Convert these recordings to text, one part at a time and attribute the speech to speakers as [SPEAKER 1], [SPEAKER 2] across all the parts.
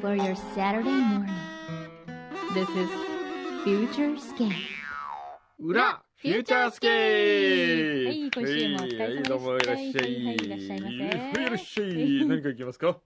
[SPEAKER 1] for your Saturday morning. This is Future Scan.
[SPEAKER 2] 裏
[SPEAKER 1] フューチャースケープはい今週もお疲れ様でした
[SPEAKER 2] はいどうもいらっしゃい。
[SPEAKER 1] はいはいいらっしゃいませ
[SPEAKER 2] はいいらっしゃい。何かいきますか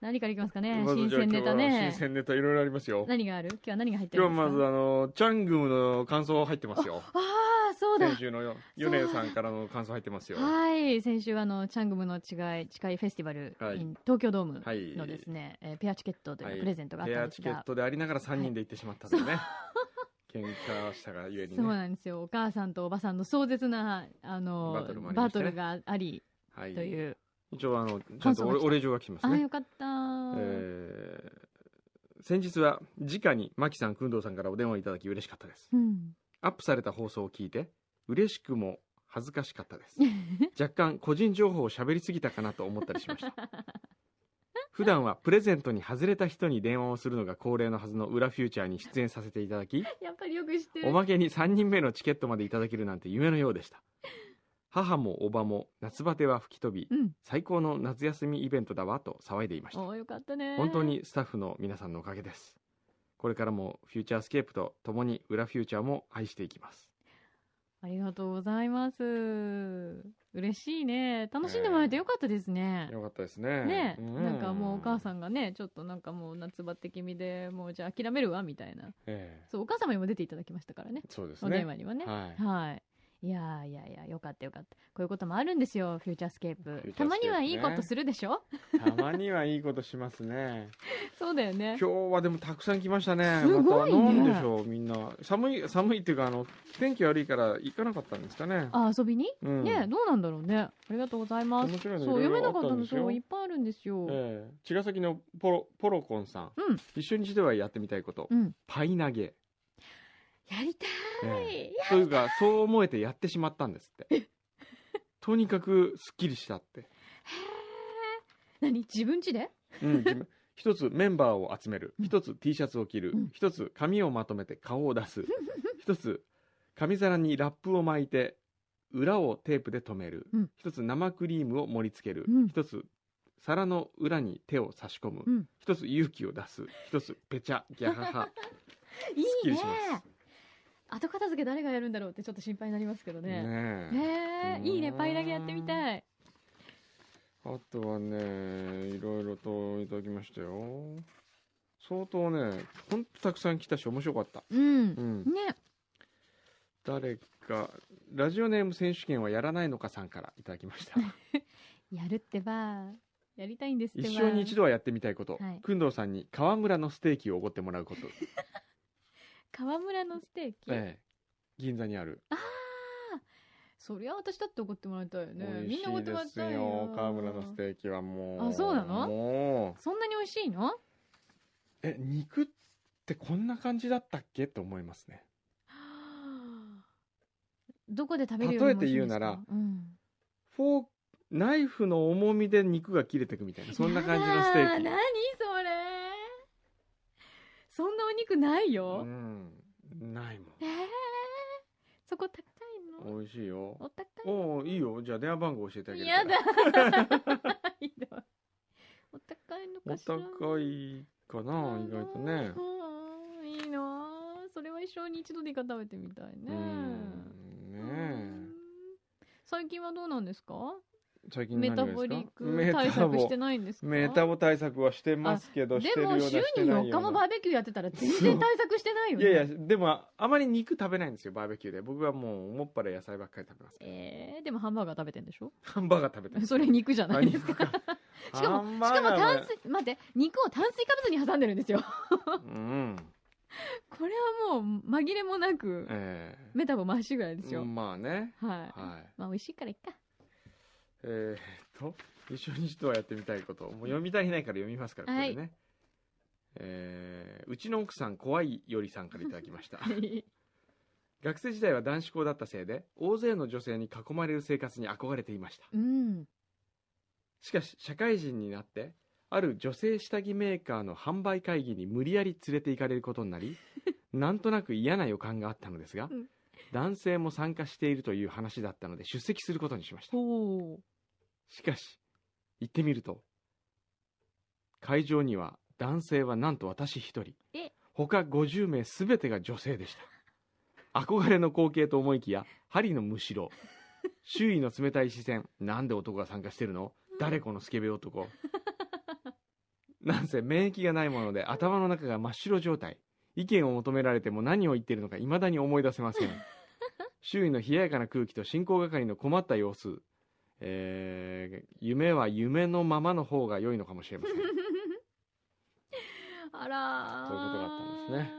[SPEAKER 1] 何からいきますかね
[SPEAKER 2] まず
[SPEAKER 1] 新
[SPEAKER 2] じゃあ
[SPEAKER 1] 鮮ネ
[SPEAKER 2] 今日
[SPEAKER 1] タ
[SPEAKER 2] は
[SPEAKER 1] ね
[SPEAKER 2] 新。鮮ネタいろいろありますよ。
[SPEAKER 1] 何がある今日は何が入って
[SPEAKER 2] 今
[SPEAKER 1] る
[SPEAKER 2] 日
[SPEAKER 1] んですか
[SPEAKER 2] まずあの、チャングムの感想入ってますよ。
[SPEAKER 1] ああ、そうだ
[SPEAKER 2] 先。週のよヨネさんからの感想入ってますよ。は
[SPEAKER 1] はい。先週、あの、チャングムの違い、近いフェスティバル、
[SPEAKER 2] はい
[SPEAKER 1] 東京ドーム
[SPEAKER 2] い。
[SPEAKER 1] のですね、えーペアチケットと
[SPEAKER 2] は
[SPEAKER 1] いう
[SPEAKER 2] い
[SPEAKER 1] プレゼントがあっ
[SPEAKER 2] ペ
[SPEAKER 1] たん
[SPEAKER 2] ア
[SPEAKER 1] です
[SPEAKER 2] チ
[SPEAKER 1] が、
[SPEAKER 2] ケットでありながら3人で行ってしまったんでね。喧嘩したがゆえに
[SPEAKER 1] そう
[SPEAKER 2] ね。
[SPEAKER 1] なんですよ。お母さんとおばさんの壮絶な、あの、
[SPEAKER 2] バトルもありま
[SPEAKER 1] バ
[SPEAKER 2] した
[SPEAKER 1] ト
[SPEAKER 2] ね
[SPEAKER 1] ルがあり、
[SPEAKER 2] は
[SPEAKER 1] と
[SPEAKER 2] い。
[SPEAKER 1] いう。
[SPEAKER 2] 一応あの、ちゃんとおお礼状が来てます
[SPEAKER 1] ああ、
[SPEAKER 2] ね。
[SPEAKER 1] よかった、
[SPEAKER 2] えー先日は直にマキさん、工藤さんからお電話いただき嬉しかったです。
[SPEAKER 1] うん。
[SPEAKER 2] アップされた放送を聞いて嬉しくも恥ずかしかったです若干個人情報を喋りすぎたかなと思ったりしました 普段はプレゼントに外れた人に電話をするのが恒例のはずの「裏フューチャー」に出演させていただき
[SPEAKER 1] やっぱりよく知ってる。
[SPEAKER 2] おまけに3人目のチケットまでいただけるなんて夢のようでした母もおばも夏バテは吹き飛び
[SPEAKER 1] うん。
[SPEAKER 2] 最高の夏休みイベントだわと騒いでいました
[SPEAKER 1] おーよかったね。
[SPEAKER 2] 本当。にスタッフの皆さんのおかげですこれからもフューチャースケープと共に裏フューチャーも愛していきます
[SPEAKER 1] ありがとうございます。嬉しいね。楽しんでもらえてよかったですね。
[SPEAKER 2] よかったですね。
[SPEAKER 1] ねえ、
[SPEAKER 2] う
[SPEAKER 1] なんかもうお母さ
[SPEAKER 2] ん。
[SPEAKER 1] んがね、ちょっとなんかもう夏バテ気味で、もうじゃあ諦めるわ、みたいな。
[SPEAKER 2] え
[SPEAKER 1] そう、お母様にも出ていただきましたからね。
[SPEAKER 2] えそうです
[SPEAKER 1] お
[SPEAKER 2] ね。
[SPEAKER 1] 電話にはね。。
[SPEAKER 2] はい
[SPEAKER 1] いやーいやいや、よかったよかった。こういうこともあるんですよ、フューチャースケープ。
[SPEAKER 2] ューチャースケープね
[SPEAKER 1] たまにはいいことするでしょ
[SPEAKER 2] い。たまにはいいことしますね。
[SPEAKER 1] そうだよね。
[SPEAKER 2] 今日はでもたくさん来ましたね。
[SPEAKER 1] すごいね
[SPEAKER 2] またなんでしょう、みんな。寒い、寒いっていうか、あの、天気悪いから行かなかったんですかね。
[SPEAKER 1] あ、遊びに、
[SPEAKER 2] うん
[SPEAKER 1] ねえどうなんだろうね。ありがとうございます。
[SPEAKER 2] 面白いの
[SPEAKER 1] そう、読
[SPEAKER 2] いろ
[SPEAKER 1] め
[SPEAKER 2] いろ
[SPEAKER 1] なかった
[SPEAKER 2] あん
[SPEAKER 1] の、
[SPEAKER 2] ですよ
[SPEAKER 1] そう、いっぱいあるんですよ。
[SPEAKER 2] ええ茅ヶ崎のポロ、ポロコンさん。
[SPEAKER 1] うん
[SPEAKER 2] 一緒にしてはやってみたいこと。
[SPEAKER 1] うん。
[SPEAKER 2] パイ投げ。
[SPEAKER 1] やりた
[SPEAKER 2] ええ
[SPEAKER 1] い。
[SPEAKER 2] というか、そう思えてやってしまったんです って。とにかくすっきりしたって。
[SPEAKER 1] 何自分家で
[SPEAKER 2] うん、自分一つメンバーを集める
[SPEAKER 1] うん
[SPEAKER 2] 一つ T シャツを着る
[SPEAKER 1] うん
[SPEAKER 2] 一つ髪をまとめて顔を出す一つ紙皿にラップを巻いて裏をテープで留める
[SPEAKER 1] うん
[SPEAKER 2] 一つ生クリームを盛り付ける
[SPEAKER 1] うん
[SPEAKER 2] 一つ皿の裏に手を差し込む
[SPEAKER 1] うん
[SPEAKER 2] 一つ勇気を出す一つペチャギャハハ
[SPEAKER 1] い
[SPEAKER 2] すっ
[SPEAKER 1] い
[SPEAKER 2] きり
[SPEAKER 1] ね
[SPEAKER 2] します
[SPEAKER 1] 後片付け誰がやるんだろうってちょっと心配になりますけど ね。
[SPEAKER 2] ねえ
[SPEAKER 1] ねえ、いいね。パイ投げやってみたい。
[SPEAKER 2] あとはねいろいろといただきましたよ相当ねほんとたくさん来たし面白かった
[SPEAKER 1] うん。ね
[SPEAKER 2] うん誰かラジオネーム選手権はやらないのかさんからいただき ました
[SPEAKER 1] やるってば。やりたいんですってば。
[SPEAKER 2] 一生に一度はやってみたいこと
[SPEAKER 1] はい
[SPEAKER 2] 工藤、さんに川村のステーキをおごってもらうこと、
[SPEAKER 1] 河村のステーキ。
[SPEAKER 2] ええ、銀座にある、
[SPEAKER 1] そりゃ私だって怒ってもらいたいよね。
[SPEAKER 2] 美味
[SPEAKER 1] みんな怒
[SPEAKER 2] し
[SPEAKER 1] っ
[SPEAKER 2] い
[SPEAKER 1] て
[SPEAKER 2] で
[SPEAKER 1] もらい
[SPEAKER 2] す
[SPEAKER 1] たい
[SPEAKER 2] よ
[SPEAKER 1] よ。
[SPEAKER 2] 川村のステーキはもう
[SPEAKER 1] あそうなの
[SPEAKER 2] もう
[SPEAKER 1] そんなに美味しい の
[SPEAKER 2] え肉ってこんな感じだったっけと思いますね
[SPEAKER 1] どこで食べるよりも美味しいんですか
[SPEAKER 2] 例えて言うなら
[SPEAKER 1] うん
[SPEAKER 2] フォークナイフの重みで肉が切れてくみたいなそんな感じのステー
[SPEAKER 1] やだ
[SPEAKER 2] キ
[SPEAKER 1] 何それそんなお肉ないよ、
[SPEAKER 2] うんないも
[SPEAKER 1] えー、そこ高いの
[SPEAKER 2] ん美味しいよ
[SPEAKER 1] お高い
[SPEAKER 2] おおいいよじゃあ電話番号教えてあげるから
[SPEAKER 1] やだひどいお高いの
[SPEAKER 2] お
[SPEAKER 1] かしら
[SPEAKER 2] 高いかな意外とね
[SPEAKER 1] うんいいなそれは一生に一度でいいから食べてみたいね
[SPEAKER 2] うん
[SPEAKER 1] う
[SPEAKER 2] ね
[SPEAKER 1] ん最近はどうなんですか
[SPEAKER 2] え最近
[SPEAKER 1] メ
[SPEAKER 2] 何
[SPEAKER 1] タ
[SPEAKER 2] が
[SPEAKER 1] ボリ
[SPEAKER 2] で
[SPEAKER 1] ッ
[SPEAKER 2] すか
[SPEAKER 1] ク対策して
[SPEAKER 2] メタボ
[SPEAKER 1] ないんですか
[SPEAKER 2] メタボ対策はしてますけどして
[SPEAKER 1] で
[SPEAKER 2] るよう
[SPEAKER 1] も
[SPEAKER 2] な
[SPEAKER 1] 週
[SPEAKER 2] して
[SPEAKER 1] に
[SPEAKER 2] な
[SPEAKER 1] 4
[SPEAKER 2] いよう
[SPEAKER 1] 日も
[SPEAKER 2] な
[SPEAKER 1] バーベキューやってたら全然対策してないよ
[SPEAKER 2] い
[SPEAKER 1] ね
[SPEAKER 2] やいやでもあまり肉食べないんですよバーベキューで僕はもうもっぱら野菜ばっかり食べ ます
[SPEAKER 1] えー、でもハンバーガー食べてんでしょ
[SPEAKER 2] ハンバーガー食べてます
[SPEAKER 1] それ肉じゃないですか。
[SPEAKER 2] あ肉か
[SPEAKER 1] しか
[SPEAKER 2] ハン
[SPEAKER 1] も、
[SPEAKER 2] バ
[SPEAKER 1] しか
[SPEAKER 2] ー
[SPEAKER 1] も
[SPEAKER 2] ガーは
[SPEAKER 1] 炭水、待って、肉を炭水化物に挟んでるんですよ。
[SPEAKER 2] うん
[SPEAKER 1] これはもう紛れもなく、
[SPEAKER 2] え
[SPEAKER 1] メタボまっしぐらいです
[SPEAKER 2] え
[SPEAKER 1] よ。
[SPEAKER 2] まあね
[SPEAKER 1] はい。
[SPEAKER 2] はい
[SPEAKER 1] まあ美味しいからいっ か。
[SPEAKER 2] えー、っと一緒に人はやってみたいこともう読み足りないから読みますからこ
[SPEAKER 1] は
[SPEAKER 2] れ
[SPEAKER 1] い
[SPEAKER 2] ね、えーうちの奥さん怖いよりさんからいただきました
[SPEAKER 1] い。
[SPEAKER 2] 学生時代は男子校だったせいで大勢の女性に囲まれる生活に憧れていました
[SPEAKER 1] うん。
[SPEAKER 2] しかし社会人になってある女性下着メーカーの販売会議に無理やり連れて行かれることになりなんとなく嫌な予感があったのですが、
[SPEAKER 1] うん
[SPEAKER 2] 男性も参加しているという話だったので出席することにしました
[SPEAKER 1] ほう。
[SPEAKER 2] しかし行ってみると会場には男性はなんと私一人
[SPEAKER 1] え
[SPEAKER 2] 他50名全てが女性でした憧れの光景と思いきや針のむしろ周囲の冷たい視線なんで男が参加してるの誰このスケベ男なんせ免疫がないもので頭の中が真っ白状態意見を求められても何を言ってるのか未だに思い出せません周囲の冷ややかな空気と進行係の困った様子えー夢は夢のままの方が良いのかもしれま せん
[SPEAKER 1] あらー
[SPEAKER 2] そういうことだったんですね。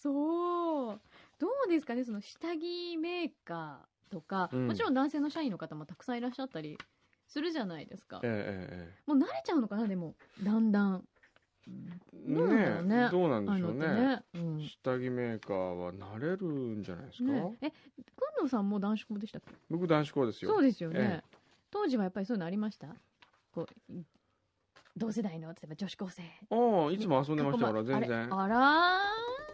[SPEAKER 1] そう。どうですかね、その下着メーカーとか、
[SPEAKER 2] うん
[SPEAKER 1] もちろん男性の社員の方もたくさんいらっしゃったりするじゃないですか。
[SPEAKER 2] え
[SPEAKER 1] もう慣れちゃうのかな、でも、だんだん。
[SPEAKER 2] えええ
[SPEAKER 1] どうなんだろうね
[SPEAKER 2] えどうなん
[SPEAKER 1] あ
[SPEAKER 2] でしょ
[SPEAKER 1] の
[SPEAKER 2] う
[SPEAKER 1] っ
[SPEAKER 2] ね
[SPEAKER 1] てね。うん。ね
[SPEAKER 2] 下着メーカーは慣れるんじゃないですか、
[SPEAKER 1] え、くんのさんも男子校でしたっけ
[SPEAKER 2] 僕男子校ですよ
[SPEAKER 1] そうですよね、
[SPEAKER 2] え
[SPEAKER 1] 当時はやっぱりそういうのありましたこう、い同世代の、例えば女子高生。
[SPEAKER 2] ああいつも遊んでましたから
[SPEAKER 1] 囲ま
[SPEAKER 2] 全然
[SPEAKER 1] あれあ
[SPEAKER 2] も
[SPEAKER 1] ら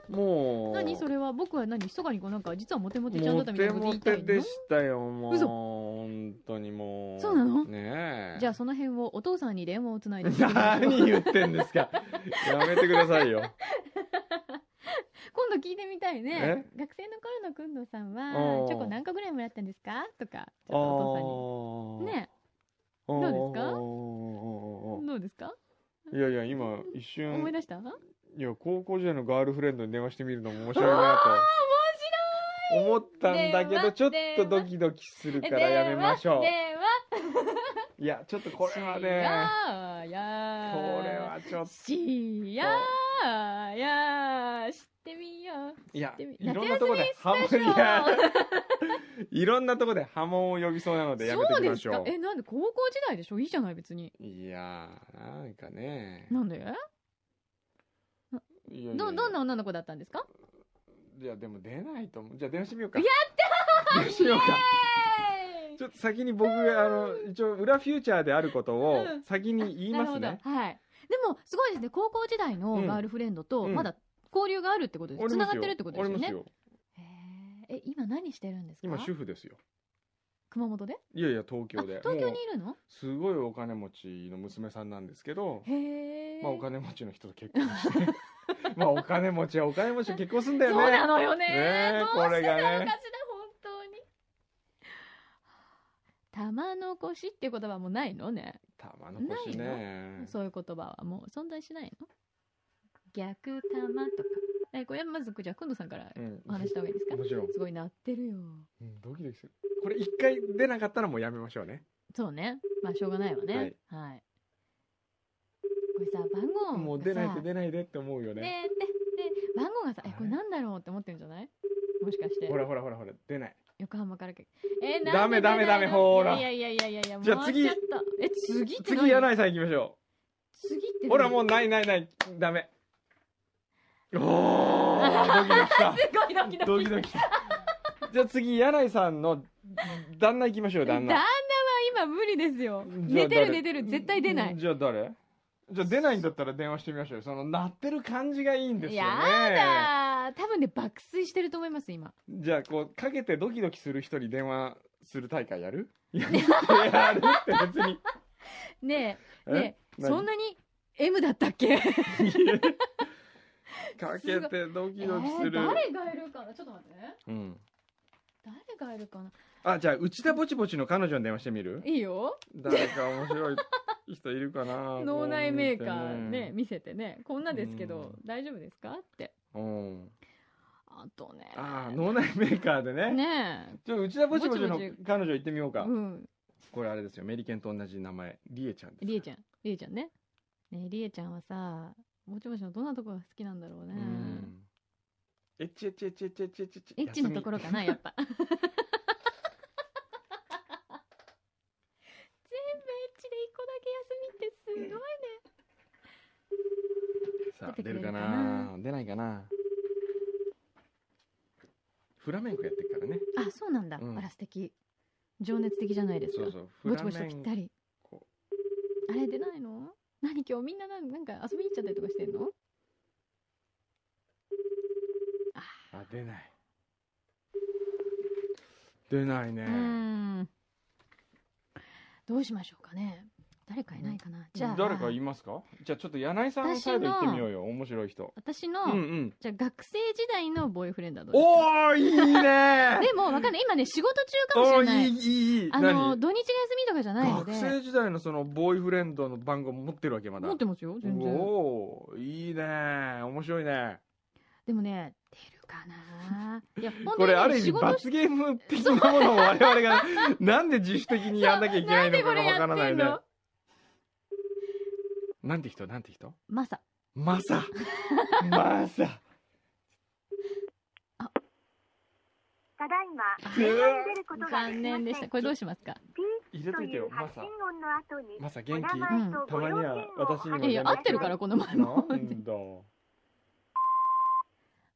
[SPEAKER 1] ー
[SPEAKER 2] う
[SPEAKER 1] 何それは僕は何密かにこうなんか実はモテモテちゃんだ
[SPEAKER 2] モ
[SPEAKER 1] ったみたい
[SPEAKER 2] テ
[SPEAKER 1] なこと
[SPEAKER 2] モ
[SPEAKER 1] 言いた
[SPEAKER 2] テ
[SPEAKER 1] いの
[SPEAKER 2] でしたよもう
[SPEAKER 1] 嘘
[SPEAKER 2] 本当にもう
[SPEAKER 1] そうなの
[SPEAKER 2] ねえ
[SPEAKER 1] じゃあその辺をお父さんに電話をつないで聞いてみましょう
[SPEAKER 2] 何言ってんです かやめてくださいよ
[SPEAKER 1] 今度聞いてみたいね
[SPEAKER 2] え
[SPEAKER 1] 学生の頃のくんどさん
[SPEAKER 2] あ
[SPEAKER 1] は
[SPEAKER 2] ー
[SPEAKER 1] チョコ何個ぐらいもらったんですかとかち
[SPEAKER 2] あ
[SPEAKER 1] ょ っとお父さんに
[SPEAKER 2] ー
[SPEAKER 1] ね
[SPEAKER 2] ど
[SPEAKER 1] うですか
[SPEAKER 2] か
[SPEAKER 1] どうですか
[SPEAKER 2] いやいや、今、一瞬、
[SPEAKER 1] 思い出した
[SPEAKER 2] いや、高校時代のガールフレンドに電話してみるのも面白いなと。思ったんだけ
[SPEAKER 1] 電話
[SPEAKER 2] ど、ちょっとドキドキするからやめましょ
[SPEAKER 1] 電話
[SPEAKER 2] う。いや、ちょっとこれはね、
[SPEAKER 1] いや
[SPEAKER 2] こ
[SPEAKER 1] ー
[SPEAKER 2] れはちょっと、
[SPEAKER 1] しやーやー知ってみよう
[SPEAKER 2] いや、
[SPEAKER 1] 知ってみ
[SPEAKER 2] いろんなとこで波紋、いや、いろんなとこで波紋を呼びそうなのでやめて
[SPEAKER 1] そう
[SPEAKER 2] み
[SPEAKER 1] で
[SPEAKER 2] まし
[SPEAKER 1] すか
[SPEAKER 2] ょ
[SPEAKER 1] えなんで高校時代でしょいいじゃない別に
[SPEAKER 2] う。いやー、なんかね。
[SPEAKER 1] なんで
[SPEAKER 2] いやいやいや
[SPEAKER 1] どどんな女の子だったんですか
[SPEAKER 2] じゃあでも出ないと思う。じゃあ電話してみようか。やったー電話してみようか。ちょっと先に僕が、あの、一応、裏フューチャーであることを
[SPEAKER 1] うん
[SPEAKER 2] 先に言います
[SPEAKER 1] なる
[SPEAKER 2] ね。
[SPEAKER 1] ほどはい。でも、すごいですね。高校時代のガールフレンドと、
[SPEAKER 2] うん
[SPEAKER 1] まだ交流があるってことです。
[SPEAKER 2] 俺
[SPEAKER 1] つ
[SPEAKER 2] も
[SPEAKER 1] なが
[SPEAKER 2] す
[SPEAKER 1] っ
[SPEAKER 2] よ
[SPEAKER 1] てるってことですよ
[SPEAKER 2] 俺
[SPEAKER 1] ね
[SPEAKER 2] も。すよ
[SPEAKER 1] へーえ、今何してるんですか
[SPEAKER 2] 今、主婦ですよ。
[SPEAKER 1] 熊本で
[SPEAKER 2] いやいや、東
[SPEAKER 1] あ
[SPEAKER 2] 京で。
[SPEAKER 1] 東京にい
[SPEAKER 2] も
[SPEAKER 1] るの
[SPEAKER 2] うすごいお金持ちの娘さんなんですけど、
[SPEAKER 1] へえ。
[SPEAKER 2] まあ、お金持ちの人と結婚 して。まあ、お金持ちはお金持ちと結婚すんだよね。
[SPEAKER 1] そうなのよね。
[SPEAKER 2] ねえ
[SPEAKER 1] どうしてなの
[SPEAKER 2] これがね
[SPEAKER 1] かしら、本当に。玉残しって言葉もないのね。
[SPEAKER 2] 玉の腰ね。
[SPEAKER 1] そういう言葉はもう存在しないの逆玉とか。え、これまず、じゃあ、くんどさんから
[SPEAKER 2] うん
[SPEAKER 1] お。話した方がいいですか
[SPEAKER 2] もちろん。
[SPEAKER 1] すごいなってるよ。
[SPEAKER 2] うんドキドキする。これ一回出なかったらもうやめましょうね。
[SPEAKER 1] そうね。まあ、しょうがないわね。はい。これさ、番号がさ
[SPEAKER 2] もう出ないで出ないでって思うよ
[SPEAKER 1] で、
[SPEAKER 2] ね。
[SPEAKER 1] で、で番号がさ、え、
[SPEAKER 2] はい
[SPEAKER 1] これなんだろうって思ってるんじゃないもしかして
[SPEAKER 2] ほ、らほらほらほら、出ない。
[SPEAKER 1] 横浜からけ。え、
[SPEAKER 2] ダメ
[SPEAKER 1] なんで出ないの
[SPEAKER 2] ダメダメほら
[SPEAKER 1] いやいやいやいやいや、
[SPEAKER 2] じゃあ
[SPEAKER 1] もう
[SPEAKER 2] 次
[SPEAKER 1] ちょっとえ、次って何
[SPEAKER 2] 次、柳井さん行きましょう。
[SPEAKER 1] 次って何
[SPEAKER 2] ほら、もうないないない。
[SPEAKER 1] 。
[SPEAKER 2] ダメ。おー、ドキドキした
[SPEAKER 1] すごい ドキドキ。
[SPEAKER 2] ドキドキした。じゃあ次、柳井さんの旦那行きましょう、
[SPEAKER 1] 旦那
[SPEAKER 2] 旦
[SPEAKER 1] は
[SPEAKER 2] 那。
[SPEAKER 1] 今無理ですよ。
[SPEAKER 2] じゃあ
[SPEAKER 1] 寝て
[SPEAKER 2] 誰
[SPEAKER 1] る寝てる、絶対出ない。
[SPEAKER 2] じゃあ誰じゃあ出ないんだったら電話してみましょうよ。その、鳴ってる感じがいいんですよね。
[SPEAKER 1] やだー多分ね、爆睡してると思います、今。
[SPEAKER 2] じゃあ、こう、かけてドキドキする人に電話する大会やるやってやるって別に。
[SPEAKER 1] ねえ、
[SPEAKER 2] え
[SPEAKER 1] ねえ、そんなに M だったっけ
[SPEAKER 2] かけてドキドキする。
[SPEAKER 1] えー誰がいるかなちょっと待ってね
[SPEAKER 2] うん。
[SPEAKER 1] 誰がいるかな
[SPEAKER 2] あ、じゃあ、内田ぼちぼちの彼女に電話してみる
[SPEAKER 1] いいよ
[SPEAKER 2] 誰か面白い人いるかな
[SPEAKER 1] 脳内メーカー
[SPEAKER 2] こう見
[SPEAKER 1] ね
[SPEAKER 2] て
[SPEAKER 1] 見せてねこんなですけど
[SPEAKER 2] う
[SPEAKER 1] 大丈夫ですかって
[SPEAKER 2] うん
[SPEAKER 1] あとね
[SPEAKER 2] ああ脳内メーカーでね
[SPEAKER 1] ね
[SPEAKER 2] ちょ内田ぼちぼち
[SPEAKER 1] ぼ
[SPEAKER 2] の
[SPEAKER 1] ちぼち
[SPEAKER 2] 彼女行ってみよう
[SPEAKER 1] え
[SPEAKER 2] か、
[SPEAKER 1] うん
[SPEAKER 2] これあれですよメリケンと同じ名前リエちゃんです
[SPEAKER 1] りえちゃんりえちゃんねねえりえちゃんはさもちもちのどんなところが好きなんだろうね
[SPEAKER 2] うんエッチエッチエッチエッチエッチエッチ
[SPEAKER 1] エッチのところかなやっぱ全部エッチで一個だけ休みってすごい
[SPEAKER 2] 休みさあ出る
[SPEAKER 1] かな
[SPEAKER 2] 出ないかなフラメンコやってるからね
[SPEAKER 1] あそうなんだ、
[SPEAKER 2] うん
[SPEAKER 1] あら素敵情熱的じゃないですか
[SPEAKER 2] そうそうフ
[SPEAKER 1] ぼ
[SPEAKER 2] ラ
[SPEAKER 1] ちぼ
[SPEAKER 2] メ
[SPEAKER 1] ちとぴっ
[SPEAKER 2] ン
[SPEAKER 1] たり
[SPEAKER 2] コ
[SPEAKER 1] あれ出ないの何今日みんななんなんか遊びに行っちゃったりとかしてんの
[SPEAKER 2] あ出ない出ないうね、
[SPEAKER 1] ーんどうしましょうかね誰かいないかなじゃあ
[SPEAKER 2] 誰かいますかじゃあちょっと柳井さんのサイド行ってみようよ面白い人
[SPEAKER 1] 私の、
[SPEAKER 2] うんうん
[SPEAKER 1] じゃあ学生時代のボーイフレンドはどうですか
[SPEAKER 2] おーいいね
[SPEAKER 1] でもわかんない今ね仕事中かも
[SPEAKER 2] お
[SPEAKER 1] しれな
[SPEAKER 2] ーい
[SPEAKER 1] い
[SPEAKER 2] いいいいい
[SPEAKER 1] あの
[SPEAKER 2] 何
[SPEAKER 1] 土日が休みとかじゃないの
[SPEAKER 2] 学
[SPEAKER 1] で
[SPEAKER 2] 生時代のそのボーイフレンドの番号持ってるわけまだ
[SPEAKER 1] 持ってますよ全然
[SPEAKER 2] おおいいね面白いね
[SPEAKER 1] でもね出るかない や本当
[SPEAKER 2] こ
[SPEAKER 1] に、
[SPEAKER 2] れ
[SPEAKER 1] ね、
[SPEAKER 2] ある意
[SPEAKER 1] 仕
[SPEAKER 2] 味
[SPEAKER 1] 事し
[SPEAKER 2] 罰ゲーム的なものを我々がなんで自主的にやんなきゃいけないのかがわからない
[SPEAKER 1] なんで
[SPEAKER 2] ね
[SPEAKER 1] これやっ
[SPEAKER 2] なんて人なんて人
[SPEAKER 1] マサ
[SPEAKER 2] マサマサ
[SPEAKER 3] ただいま
[SPEAKER 2] う
[SPEAKER 3] 電話
[SPEAKER 2] わ
[SPEAKER 3] に出ることができませ
[SPEAKER 1] 残
[SPEAKER 3] ん
[SPEAKER 1] 念でしたこれどうしますか
[SPEAKER 3] ピ
[SPEAKER 2] 入
[SPEAKER 3] ー
[SPEAKER 2] れ
[SPEAKER 3] と
[SPEAKER 2] といて
[SPEAKER 3] いう
[SPEAKER 2] よマ
[SPEAKER 3] 発
[SPEAKER 2] サ
[SPEAKER 3] 信音の後に
[SPEAKER 2] マサ
[SPEAKER 3] お
[SPEAKER 2] 元
[SPEAKER 3] 名
[SPEAKER 2] 気
[SPEAKER 3] 前とご用件を
[SPEAKER 2] た
[SPEAKER 3] お
[SPEAKER 2] まには私に
[SPEAKER 3] 話
[SPEAKER 1] い
[SPEAKER 2] も
[SPEAKER 3] し
[SPEAKER 1] やいや合ってるからこの前も
[SPEAKER 2] なんだ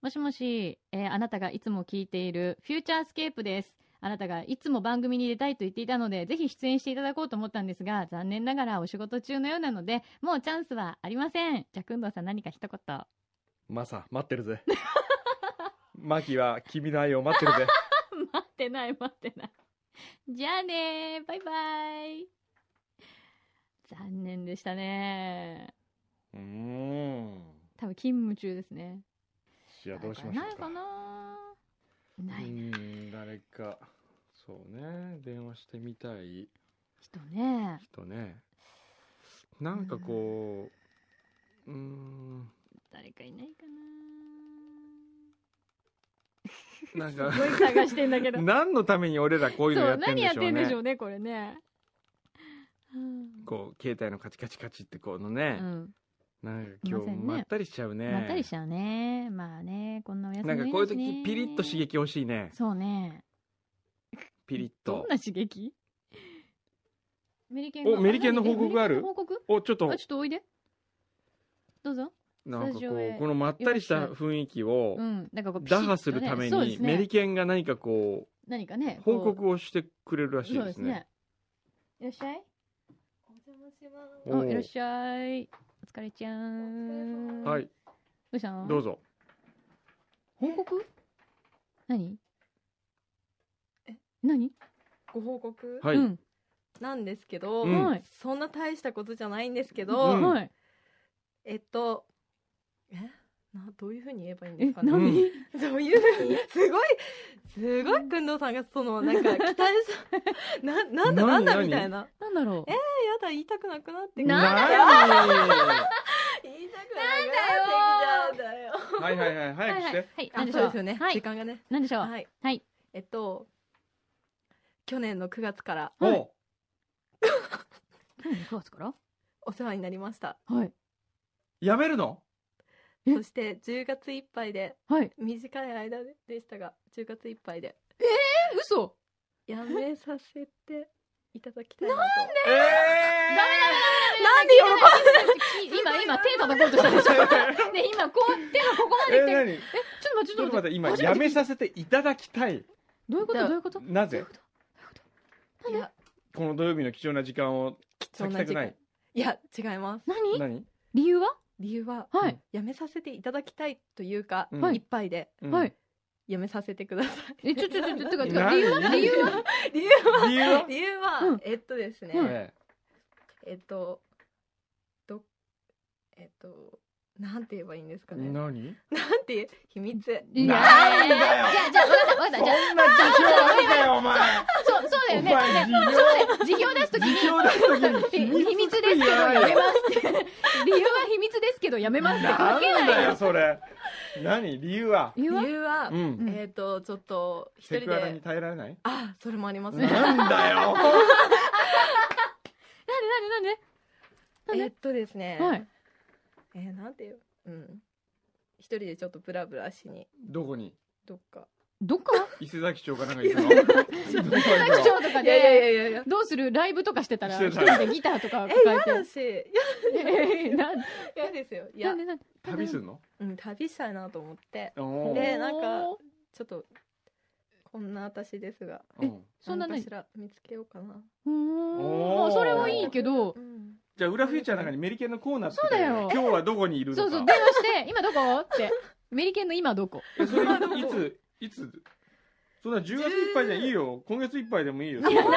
[SPEAKER 1] もしもし、えーあなたがいつも聞いているフューチャースケープです。あなたがいつも番組に出たいと言っていたので、ぜひ出演していただこうと思ったんですが、残念ながらお仕事中のようなので、もうチャンスはありません。じゃあ、くんどうさん何か 一言。あ
[SPEAKER 2] マサ待ってるぜマキは君の愛を待ってるぜ
[SPEAKER 1] 待ってない、待ってない。じゃあねー、バイバイ。残念でしたね。
[SPEAKER 2] うーん
[SPEAKER 1] 多分勤務中ですね。
[SPEAKER 2] じゃあどうしましょ
[SPEAKER 1] ないう
[SPEAKER 2] か
[SPEAKER 1] かなな
[SPEAKER 2] う
[SPEAKER 1] い
[SPEAKER 2] ーん誰かそうね電話してみたい
[SPEAKER 1] 人ね。
[SPEAKER 2] 人ねなんかこううーん
[SPEAKER 1] 誰かいないか
[SPEAKER 2] なんか
[SPEAKER 1] な すごい探してんだ けど。
[SPEAKER 2] 何のために俺らこういうの
[SPEAKER 1] そ
[SPEAKER 2] や
[SPEAKER 1] う、
[SPEAKER 2] ってん
[SPEAKER 1] 何
[SPEAKER 2] で
[SPEAKER 1] やっ
[SPEAKER 2] しょ
[SPEAKER 1] て
[SPEAKER 2] うん
[SPEAKER 1] でしょう
[SPEAKER 2] ね
[SPEAKER 1] ね、これね。うん
[SPEAKER 2] こう携帯のカチカチカチってこの
[SPEAKER 1] う
[SPEAKER 2] ね、
[SPEAKER 1] ん。
[SPEAKER 2] なんか今
[SPEAKER 1] いませ
[SPEAKER 2] 日
[SPEAKER 1] んね
[SPEAKER 2] まったりしちゃうね
[SPEAKER 1] まったりしちゃうね。まあね、こんなお休み
[SPEAKER 2] なんかこういう時
[SPEAKER 1] だしね
[SPEAKER 2] ピリッと刺。激欲しいね
[SPEAKER 1] そうね。
[SPEAKER 2] ピリッ
[SPEAKER 1] ど
[SPEAKER 2] と
[SPEAKER 1] んな刺激メリケン
[SPEAKER 2] おメリケンの報告ある
[SPEAKER 1] えメリケンの報告
[SPEAKER 2] おちょっと
[SPEAKER 1] あ、ちょっとおいで。どうぞ。
[SPEAKER 2] なん
[SPEAKER 1] スタ
[SPEAKER 2] か
[SPEAKER 1] ジ
[SPEAKER 2] こ
[SPEAKER 1] オへ
[SPEAKER 2] うこのまったりした雰囲気を
[SPEAKER 1] うん。なんかこう、
[SPEAKER 2] 打破するため
[SPEAKER 1] ピシッとねそうで
[SPEAKER 2] に
[SPEAKER 1] すね
[SPEAKER 2] メリケンが何かこ
[SPEAKER 1] 何か
[SPEAKER 2] う
[SPEAKER 1] ね、こう
[SPEAKER 2] 報告をしてくれるらしい
[SPEAKER 1] そう
[SPEAKER 2] で
[SPEAKER 1] ですす
[SPEAKER 2] ね
[SPEAKER 1] ね。いらっしゃい。
[SPEAKER 2] お
[SPEAKER 1] お、
[SPEAKER 2] う
[SPEAKER 1] いらっしゃい。お疲れちゃん。
[SPEAKER 2] は
[SPEAKER 1] ど
[SPEAKER 2] いう
[SPEAKER 1] したの
[SPEAKER 2] どうぞ
[SPEAKER 1] 報告何何
[SPEAKER 4] ご報告
[SPEAKER 2] はい、
[SPEAKER 1] うん。
[SPEAKER 4] なんですけど、
[SPEAKER 2] うん
[SPEAKER 1] はい
[SPEAKER 4] そんな大したことじゃないんですけ
[SPEAKER 2] う
[SPEAKER 4] ど、
[SPEAKER 2] ん
[SPEAKER 1] はい。
[SPEAKER 4] えっとえなどういうふうに言えばいいんで
[SPEAKER 1] え
[SPEAKER 4] す、かね
[SPEAKER 2] ん
[SPEAKER 1] 何
[SPEAKER 4] そういうふうにすごいすごい工藤さんが そのなんか期待したななんだな
[SPEAKER 2] 何
[SPEAKER 4] んだ
[SPEAKER 2] 何
[SPEAKER 4] みたいな
[SPEAKER 1] なんだろう
[SPEAKER 4] えやだ言いたくなくなってくる
[SPEAKER 1] なんだ
[SPEAKER 2] よ
[SPEAKER 4] 言いたくなくなってきちゃうんだよ
[SPEAKER 2] はいはいはい
[SPEAKER 1] はい
[SPEAKER 2] 早く
[SPEAKER 1] は
[SPEAKER 2] し
[SPEAKER 1] い
[SPEAKER 2] て、
[SPEAKER 1] はい。
[SPEAKER 4] あ
[SPEAKER 1] 何でし
[SPEAKER 4] そ
[SPEAKER 1] ょ
[SPEAKER 4] うですよ
[SPEAKER 1] う
[SPEAKER 4] ね、
[SPEAKER 1] はい
[SPEAKER 4] 時。間がね
[SPEAKER 1] 何でしょう
[SPEAKER 4] はい
[SPEAKER 1] はい。
[SPEAKER 4] えっと去年の9月から
[SPEAKER 1] はい
[SPEAKER 2] お
[SPEAKER 1] 何9月から
[SPEAKER 4] お世話になりました
[SPEAKER 1] はい。
[SPEAKER 2] やめるの
[SPEAKER 1] え
[SPEAKER 4] そして10月いっぱいで
[SPEAKER 1] はい。
[SPEAKER 4] 短い間でしたが10月いっぱいで
[SPEAKER 1] え、嘘
[SPEAKER 4] やめさせていただきたいなと
[SPEAKER 2] ええ
[SPEAKER 1] なんで喜んで今、今、手叩こうとした でしょ。ね、今、こう、手がここまで来て。
[SPEAKER 2] え
[SPEAKER 1] ち
[SPEAKER 2] 何
[SPEAKER 1] ょっと待って、
[SPEAKER 2] ち
[SPEAKER 1] ち
[SPEAKER 2] ょ
[SPEAKER 1] ょ
[SPEAKER 2] っ
[SPEAKER 1] っと
[SPEAKER 2] と
[SPEAKER 1] 待
[SPEAKER 2] 待っ
[SPEAKER 1] ってて。
[SPEAKER 2] 今
[SPEAKER 1] 初め
[SPEAKER 2] や
[SPEAKER 1] て
[SPEAKER 2] めさせていただきたい
[SPEAKER 1] どういうこと
[SPEAKER 4] じゃあ
[SPEAKER 1] どういうこと
[SPEAKER 2] な
[SPEAKER 1] ど
[SPEAKER 2] ぜ
[SPEAKER 1] ういうこと
[SPEAKER 4] いや
[SPEAKER 2] この土曜日の貴重な時間を
[SPEAKER 4] 貴重な時
[SPEAKER 2] な
[SPEAKER 4] 間
[SPEAKER 2] い
[SPEAKER 4] いや違います
[SPEAKER 1] 何
[SPEAKER 2] 何、
[SPEAKER 1] 理由は
[SPEAKER 4] 理由は、
[SPEAKER 1] はい
[SPEAKER 4] やめさせていただきたいというか、
[SPEAKER 2] うん
[SPEAKER 4] いっぱいで
[SPEAKER 2] うん
[SPEAKER 1] はい。
[SPEAKER 4] やめさせてください
[SPEAKER 1] え、ちょ、ちょ、ちょ、ちょ、てか、てか、
[SPEAKER 2] 何
[SPEAKER 1] 理由は理由は
[SPEAKER 4] 理由
[SPEAKER 2] 理由
[SPEAKER 4] は
[SPEAKER 2] は
[SPEAKER 4] 理由は、
[SPEAKER 1] うん
[SPEAKER 4] えっとですね、
[SPEAKER 1] うん
[SPEAKER 2] え
[SPEAKER 4] えっとどえっとなんて言えばいいんですか
[SPEAKER 2] え
[SPEAKER 4] ねなん
[SPEAKER 2] 何
[SPEAKER 4] て言う秘密
[SPEAKER 1] いや
[SPEAKER 2] なんだよ
[SPEAKER 1] じゃあ、じゃあ、わかった、わかった。
[SPEAKER 2] そ
[SPEAKER 1] じ
[SPEAKER 2] んな
[SPEAKER 1] ゃあ、
[SPEAKER 2] 事情あるかよお前
[SPEAKER 1] そう、そうだよね。
[SPEAKER 2] お前
[SPEAKER 1] ねそうだよ。辞表出すときに。
[SPEAKER 2] 辞表出す時に
[SPEAKER 1] 秘密ですけどやめますって。理由は秘密ですけどやめますって
[SPEAKER 2] な
[SPEAKER 1] 書
[SPEAKER 2] ん
[SPEAKER 1] けない
[SPEAKER 2] だよそれ何理由は
[SPEAKER 1] 理
[SPEAKER 4] 理
[SPEAKER 1] 由は
[SPEAKER 4] 由は、
[SPEAKER 2] うん
[SPEAKER 4] えっとちょっと一
[SPEAKER 2] セ
[SPEAKER 4] 人
[SPEAKER 2] クハラに
[SPEAKER 4] で
[SPEAKER 2] 耐えられない
[SPEAKER 4] あそれもありますね
[SPEAKER 2] なんだよ
[SPEAKER 1] なんでなんで
[SPEAKER 4] えっとですね、
[SPEAKER 1] なんではい。
[SPEAKER 4] えーなんていううん一人でちょっとブラブラしに
[SPEAKER 2] どこに
[SPEAKER 4] どっか
[SPEAKER 1] どっか
[SPEAKER 2] 伊勢崎町かなんか行くの
[SPEAKER 1] 大学長とか
[SPEAKER 4] いやいやい
[SPEAKER 1] で、
[SPEAKER 4] やいやいや
[SPEAKER 1] どうするライブとかしてたら、
[SPEAKER 2] して
[SPEAKER 1] 一
[SPEAKER 2] たら
[SPEAKER 1] 人でギターとか
[SPEAKER 4] え
[SPEAKER 1] 抱
[SPEAKER 4] 嫌
[SPEAKER 1] え
[SPEAKER 4] だし
[SPEAKER 1] て。え、なんで
[SPEAKER 4] 嫌嫌ですよいや
[SPEAKER 1] なんでなんで
[SPEAKER 2] 旅するの
[SPEAKER 4] うん、旅したいなと思って
[SPEAKER 2] おー
[SPEAKER 4] でなんか
[SPEAKER 1] おー
[SPEAKER 4] ちょっとこんな私ですが
[SPEAKER 2] うん
[SPEAKER 1] そんな
[SPEAKER 4] 何
[SPEAKER 1] 何
[SPEAKER 4] かしら見つけようかな、
[SPEAKER 1] うーん
[SPEAKER 2] おー
[SPEAKER 1] まあそれはいいけど
[SPEAKER 4] うん、
[SPEAKER 2] じゃあ、裏フューチャーの中にメリケンのコーナー作って
[SPEAKER 1] そうだよ
[SPEAKER 2] 今日はどこにいるのか。
[SPEAKER 1] そうそう電話して「今どこ?」って「メリケンの今どこ?
[SPEAKER 2] えそれいつ、いつ、そんな10月いっぱいじゃいいよ。今月いっぱいでもいいよ。」
[SPEAKER 1] なんでそういうこ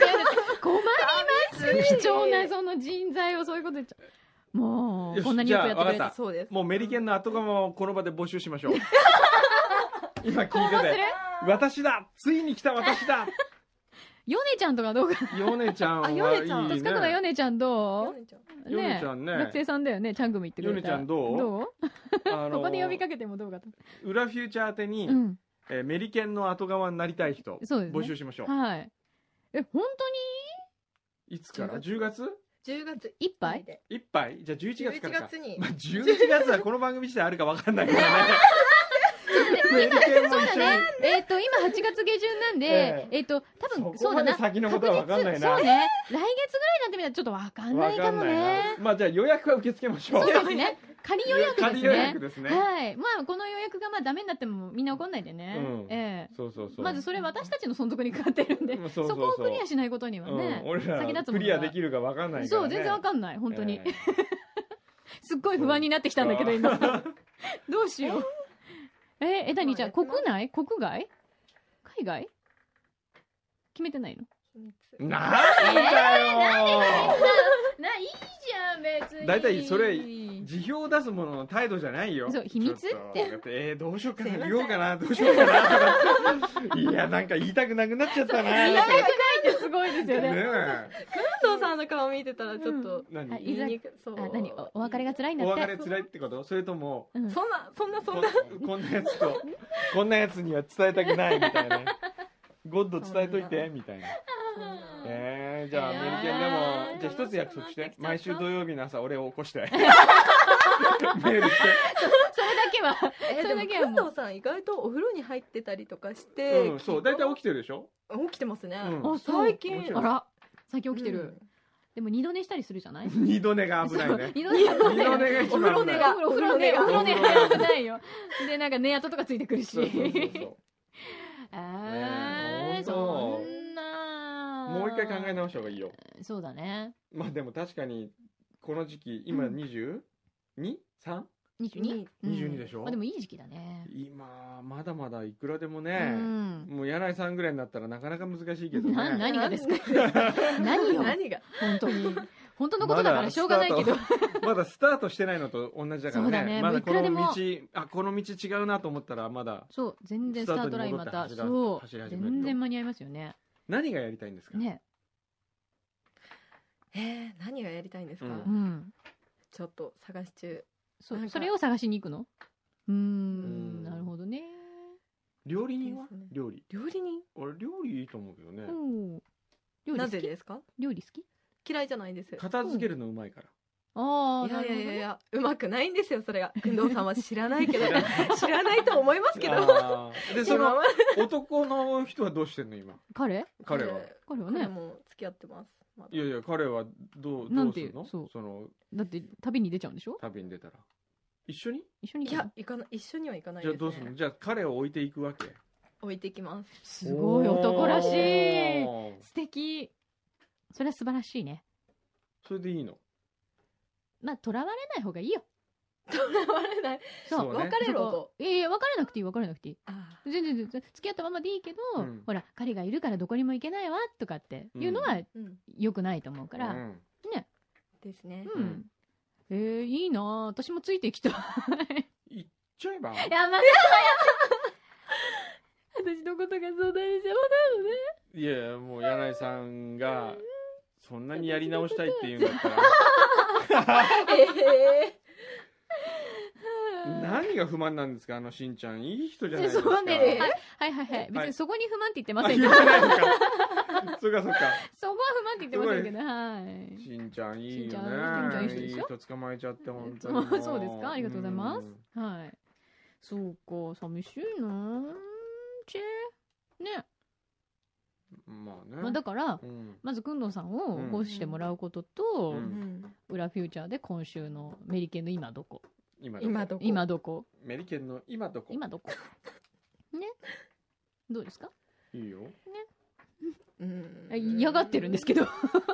[SPEAKER 1] と言うんですか困ります
[SPEAKER 4] 寂しい
[SPEAKER 1] 貴重なその人材をそういうこと言っちゃうも
[SPEAKER 2] よ
[SPEAKER 1] う
[SPEAKER 2] し
[SPEAKER 1] こんなによくやってくれ
[SPEAKER 2] じゃあわか
[SPEAKER 1] た
[SPEAKER 2] った
[SPEAKER 4] そうです
[SPEAKER 2] もうメリケンの後釜をこの場で募集しましょう。今聞
[SPEAKER 1] 応
[SPEAKER 2] いて
[SPEAKER 1] 募する
[SPEAKER 2] て、私だついに来た私だ
[SPEAKER 1] ヨネちゃんとかどうか
[SPEAKER 2] ヨネちゃんは
[SPEAKER 4] あ
[SPEAKER 2] いい
[SPEAKER 4] ヨ
[SPEAKER 2] ね。
[SPEAKER 4] ネちゃん
[SPEAKER 1] 近くのヨネちゃんど
[SPEAKER 4] ヨネちゃん
[SPEAKER 1] う
[SPEAKER 2] ヨネちゃんね
[SPEAKER 1] 学生さんだよねちゃん組ってくれた
[SPEAKER 2] ヨネちゃんどう
[SPEAKER 1] どう
[SPEAKER 2] あの
[SPEAKER 1] ここで呼びかけてもどうかと
[SPEAKER 2] 裏フューチャー宛てに、
[SPEAKER 1] うん
[SPEAKER 2] えーメリケンの後釜になりたい人、
[SPEAKER 1] そうですね
[SPEAKER 2] 募集しましょう。
[SPEAKER 1] はいえ本
[SPEAKER 2] いつから ?10 月
[SPEAKER 4] 10
[SPEAKER 1] 当
[SPEAKER 4] 月
[SPEAKER 1] に一杯
[SPEAKER 4] で
[SPEAKER 2] いっぱいじゃあ11月か
[SPEAKER 4] 11
[SPEAKER 2] らか。
[SPEAKER 4] 月に
[SPEAKER 2] まあ、11月はこの番組自体あるか分かんないからね。メリケンも一緒に。
[SPEAKER 1] えっ、と、今8月下旬なんで、
[SPEAKER 2] え
[SPEAKER 1] えっ、と、多分
[SPEAKER 2] そ
[SPEAKER 1] そ
[SPEAKER 2] こ
[SPEAKER 1] う
[SPEAKER 2] ま
[SPEAKER 1] だ
[SPEAKER 2] で
[SPEAKER 1] な。
[SPEAKER 2] 先のことは分かんないな
[SPEAKER 1] 確実そうね。来月ぐらいになってみたらちょっとわかんないかもね。
[SPEAKER 2] まあじゃあ予約は受け付けましょう。
[SPEAKER 1] そうですね。仮予約です
[SPEAKER 2] 仮予
[SPEAKER 1] ね
[SPEAKER 2] 約。ですね。
[SPEAKER 1] はい。まあ、この予約がまあダメになってもみんな怒んないでね。
[SPEAKER 2] うん
[SPEAKER 1] ええ
[SPEAKER 2] そうそうそう。
[SPEAKER 1] まずそれ私たちの存続にかかってるんで、
[SPEAKER 2] うん
[SPEAKER 1] そ
[SPEAKER 2] そうそうそう
[SPEAKER 1] こをクリアしないことにはね、
[SPEAKER 2] うん、俺ら
[SPEAKER 1] 先立つものが
[SPEAKER 2] クリアできるか分かんないから、ね。
[SPEAKER 1] そう、全然わかんない。本当に。
[SPEAKER 2] ええ
[SPEAKER 1] すっごい不安になってきたんだけど、今。 どうしよう。え、え、何じゃあ、
[SPEAKER 4] まあ
[SPEAKER 1] 国内国外海外決めてないの
[SPEAKER 2] なんだよ、
[SPEAKER 1] ないいじゃん、別
[SPEAKER 2] に大体それ辞表を出すものの態度じゃないよ。
[SPEAKER 1] そう秘密って
[SPEAKER 2] ちょとだって。えー、どうしようか
[SPEAKER 4] すいま
[SPEAKER 2] な、
[SPEAKER 4] せん
[SPEAKER 2] 言おうかな、どうしようかなとか。いや、なんか言いたくなくなっちゃったな。
[SPEAKER 1] 言いたくない
[SPEAKER 2] ね
[SPEAKER 1] ってすごいですよね。
[SPEAKER 2] え
[SPEAKER 4] 加藤さんの顔見てたらちょっと、
[SPEAKER 2] 何
[SPEAKER 1] あい
[SPEAKER 4] 言いにくそう
[SPEAKER 1] あ、何おお別れが辛いんだ
[SPEAKER 2] お
[SPEAKER 1] って。
[SPEAKER 2] 別れ辛いってことそれとも、
[SPEAKER 1] うん
[SPEAKER 4] そんなそんなそん
[SPEAKER 2] こ
[SPEAKER 4] な
[SPEAKER 2] こんなやつと、こんなやつには伝えたくないみたいな。ゴッド伝えといて、みたいな。えー、じゃあ、
[SPEAKER 1] えー
[SPEAKER 2] メリケンでも、
[SPEAKER 1] えー
[SPEAKER 2] じゃあ一つ約束して
[SPEAKER 4] 楽し。くなって
[SPEAKER 2] 毎
[SPEAKER 4] きち
[SPEAKER 2] 週
[SPEAKER 4] ゃった
[SPEAKER 2] 土曜日の朝、俺を起こして。メールして。
[SPEAKER 1] それだけは。
[SPEAKER 4] え
[SPEAKER 1] そ
[SPEAKER 4] で
[SPEAKER 1] れ
[SPEAKER 4] も
[SPEAKER 1] だけはもう
[SPEAKER 4] 加藤さん意外とお風呂に入ってたりとかして、
[SPEAKER 2] うん、そう。大体起きてるでしょ
[SPEAKER 4] 起きてますね、
[SPEAKER 2] うん
[SPEAKER 1] あ、そう
[SPEAKER 4] 最近
[SPEAKER 2] もちろ
[SPEAKER 1] あ
[SPEAKER 2] ん
[SPEAKER 1] ら、最近起きてる。でも二度寝したりするじゃない
[SPEAKER 2] 二度寝が危ない
[SPEAKER 1] そう
[SPEAKER 2] ね。
[SPEAKER 1] 二度寝が危
[SPEAKER 2] 二度
[SPEAKER 1] ない。
[SPEAKER 2] 寝が一
[SPEAKER 4] お風
[SPEAKER 2] 番危な
[SPEAKER 4] 呂寝
[SPEAKER 2] い。
[SPEAKER 4] が
[SPEAKER 1] お風呂ね、お風呂ね
[SPEAKER 2] お風呂、ね
[SPEAKER 1] 危ないよ。で、なんか寝跡とかついてくるし。
[SPEAKER 2] そう そうそうそう
[SPEAKER 1] あ
[SPEAKER 2] ね
[SPEAKER 1] ー
[SPEAKER 2] え
[SPEAKER 1] そんな。
[SPEAKER 2] もう一回考え直した方がいいよ。
[SPEAKER 1] そうだね。
[SPEAKER 2] まあでも確かに、この時期、今
[SPEAKER 1] うん
[SPEAKER 2] 22?3?、3
[SPEAKER 1] 22?
[SPEAKER 2] うん
[SPEAKER 1] うん
[SPEAKER 2] 22でしょ
[SPEAKER 1] まあでもいい時期だね。
[SPEAKER 2] 今、まだまだいくらでも
[SPEAKER 1] う
[SPEAKER 2] ね、
[SPEAKER 1] ん。
[SPEAKER 2] もう柳井さんぐらいになったらなかなか難しいけどね。
[SPEAKER 1] な、何がですか何よ。
[SPEAKER 4] 何が
[SPEAKER 1] 本当に。本当のことだからしょうがないけど。
[SPEAKER 2] まだスタート まだスタートしてないのと同じだから
[SPEAKER 1] そう
[SPEAKER 2] ね。
[SPEAKER 1] だね
[SPEAKER 2] まだこの
[SPEAKER 1] もうい
[SPEAKER 2] 道
[SPEAKER 1] く、
[SPEAKER 2] あ、この道違うなと思ったらまだ、
[SPEAKER 1] そう、全然スタートラインまた、
[SPEAKER 2] スタートに
[SPEAKER 1] そ
[SPEAKER 2] 戻って走ら走り
[SPEAKER 1] う、
[SPEAKER 2] 始めると
[SPEAKER 1] 全然間に合いますよね。
[SPEAKER 2] 何がやりたいんですか
[SPEAKER 1] ね、
[SPEAKER 4] えー、何がやりたいんですか、
[SPEAKER 2] うん
[SPEAKER 1] うん。
[SPEAKER 4] ちょっと探し中
[SPEAKER 1] そ
[SPEAKER 4] なん
[SPEAKER 1] う、
[SPEAKER 4] か
[SPEAKER 1] それを探しに行くのうーん、
[SPEAKER 2] ん
[SPEAKER 1] なるほどね。
[SPEAKER 2] 料理人は、
[SPEAKER 4] ですね
[SPEAKER 2] 料理。
[SPEAKER 4] 料理人
[SPEAKER 2] 俺、料理いいと思うけどね。
[SPEAKER 1] うん。料理好
[SPEAKER 4] な
[SPEAKER 1] き
[SPEAKER 4] ぜですか
[SPEAKER 1] 料理好き
[SPEAKER 4] 嫌いじゃないです
[SPEAKER 2] 片付けるのうまいから。
[SPEAKER 1] ああ、
[SPEAKER 4] い
[SPEAKER 1] な
[SPEAKER 4] や
[SPEAKER 1] る
[SPEAKER 4] い
[SPEAKER 1] ほど
[SPEAKER 4] やいやい
[SPEAKER 1] ね。
[SPEAKER 4] やうまくないんですよそ れが工藤さんは知らないけど知らないと思いますけど
[SPEAKER 2] あーで、その、 男の人はどうしてんの今。
[SPEAKER 1] 彼
[SPEAKER 2] 彼は。
[SPEAKER 1] 彼は
[SPEAKER 4] 彼
[SPEAKER 1] ね、
[SPEAKER 4] も付き合ってますまだ
[SPEAKER 2] いやいや、彼はどう、
[SPEAKER 1] な
[SPEAKER 2] ど
[SPEAKER 1] ん
[SPEAKER 2] うす
[SPEAKER 1] て
[SPEAKER 2] るの
[SPEAKER 1] そ
[SPEAKER 2] そうの、
[SPEAKER 1] だって旅に出ちゃうんでしょ
[SPEAKER 2] 旅に出たら。一緒に
[SPEAKER 1] 一緒に
[SPEAKER 4] い
[SPEAKER 1] 行くの
[SPEAKER 4] や行かな一緒には行かない
[SPEAKER 2] じゃ
[SPEAKER 4] で
[SPEAKER 2] あどう
[SPEAKER 4] す
[SPEAKER 2] する
[SPEAKER 4] ね
[SPEAKER 2] のじゃあ彼を置いていくわけ。
[SPEAKER 4] 置いてきます
[SPEAKER 1] すごい男らしい。
[SPEAKER 2] おー
[SPEAKER 1] 素敵。それは素晴らしいね。
[SPEAKER 2] それでいいの
[SPEAKER 1] まあ、とらわれない方がいいよ。
[SPEAKER 4] とらわれない
[SPEAKER 1] そう。
[SPEAKER 2] そうね
[SPEAKER 4] 別れろと
[SPEAKER 1] いやいや、別れなくていい、別れなくていい。
[SPEAKER 4] あ
[SPEAKER 1] 全然全然、付き合ったままでいいけど、
[SPEAKER 2] うん
[SPEAKER 1] ほら、彼がいるからどこにも行けないわ、とかっていうのは
[SPEAKER 4] ーうん
[SPEAKER 1] 良くないと思うから、
[SPEAKER 2] う
[SPEAKER 1] うん。
[SPEAKER 2] ん
[SPEAKER 4] ですね
[SPEAKER 1] うんえー、いいなぁ私もついてきたい。
[SPEAKER 2] 行っちゃえば
[SPEAKER 1] や、また 私のことが相談に邪魔なのね。
[SPEAKER 2] いやいやもう柳井さんがそんなにやり直したいっていうんだ ったら
[SPEAKER 4] ええ
[SPEAKER 2] 何が不満なんですかあのしんちゃんいい人じゃないですか
[SPEAKER 1] そうね
[SPEAKER 2] あ
[SPEAKER 1] はいはいはい。別
[SPEAKER 2] は
[SPEAKER 1] に
[SPEAKER 2] い
[SPEAKER 1] そこに不満って言ってませんけ
[SPEAKER 2] 言
[SPEAKER 1] ど、
[SPEAKER 2] ってないのか そっかそっか
[SPEAKER 1] そこは不満って言ってませんけど、はい。
[SPEAKER 2] しんちゃんい
[SPEAKER 1] し
[SPEAKER 2] い
[SPEAKER 1] んち
[SPEAKER 2] よ
[SPEAKER 1] ゃんいい人
[SPEAKER 2] ね
[SPEAKER 1] で
[SPEAKER 2] いい
[SPEAKER 1] しょ
[SPEAKER 2] 人捕まえちゃって本当にも
[SPEAKER 1] そう そうですかありがとうございます
[SPEAKER 2] ん
[SPEAKER 1] はい。そうか、寂しいなぁちぇ。ね。
[SPEAKER 2] まあね
[SPEAKER 1] まあ、だから、
[SPEAKER 2] うん
[SPEAKER 1] まず、くんどうさんを起こしてもらうことと、
[SPEAKER 2] うん
[SPEAKER 4] うん
[SPEAKER 1] 裏フューチャーで今週のメリケンの今どこ
[SPEAKER 2] 今どこ
[SPEAKER 4] 今
[SPEAKER 1] 今ど
[SPEAKER 4] どこ
[SPEAKER 1] こ
[SPEAKER 2] メリケンの今どこ
[SPEAKER 1] 今 どこねどうですか
[SPEAKER 2] い いよ
[SPEAKER 4] うん
[SPEAKER 1] あ嫌がってるんですけど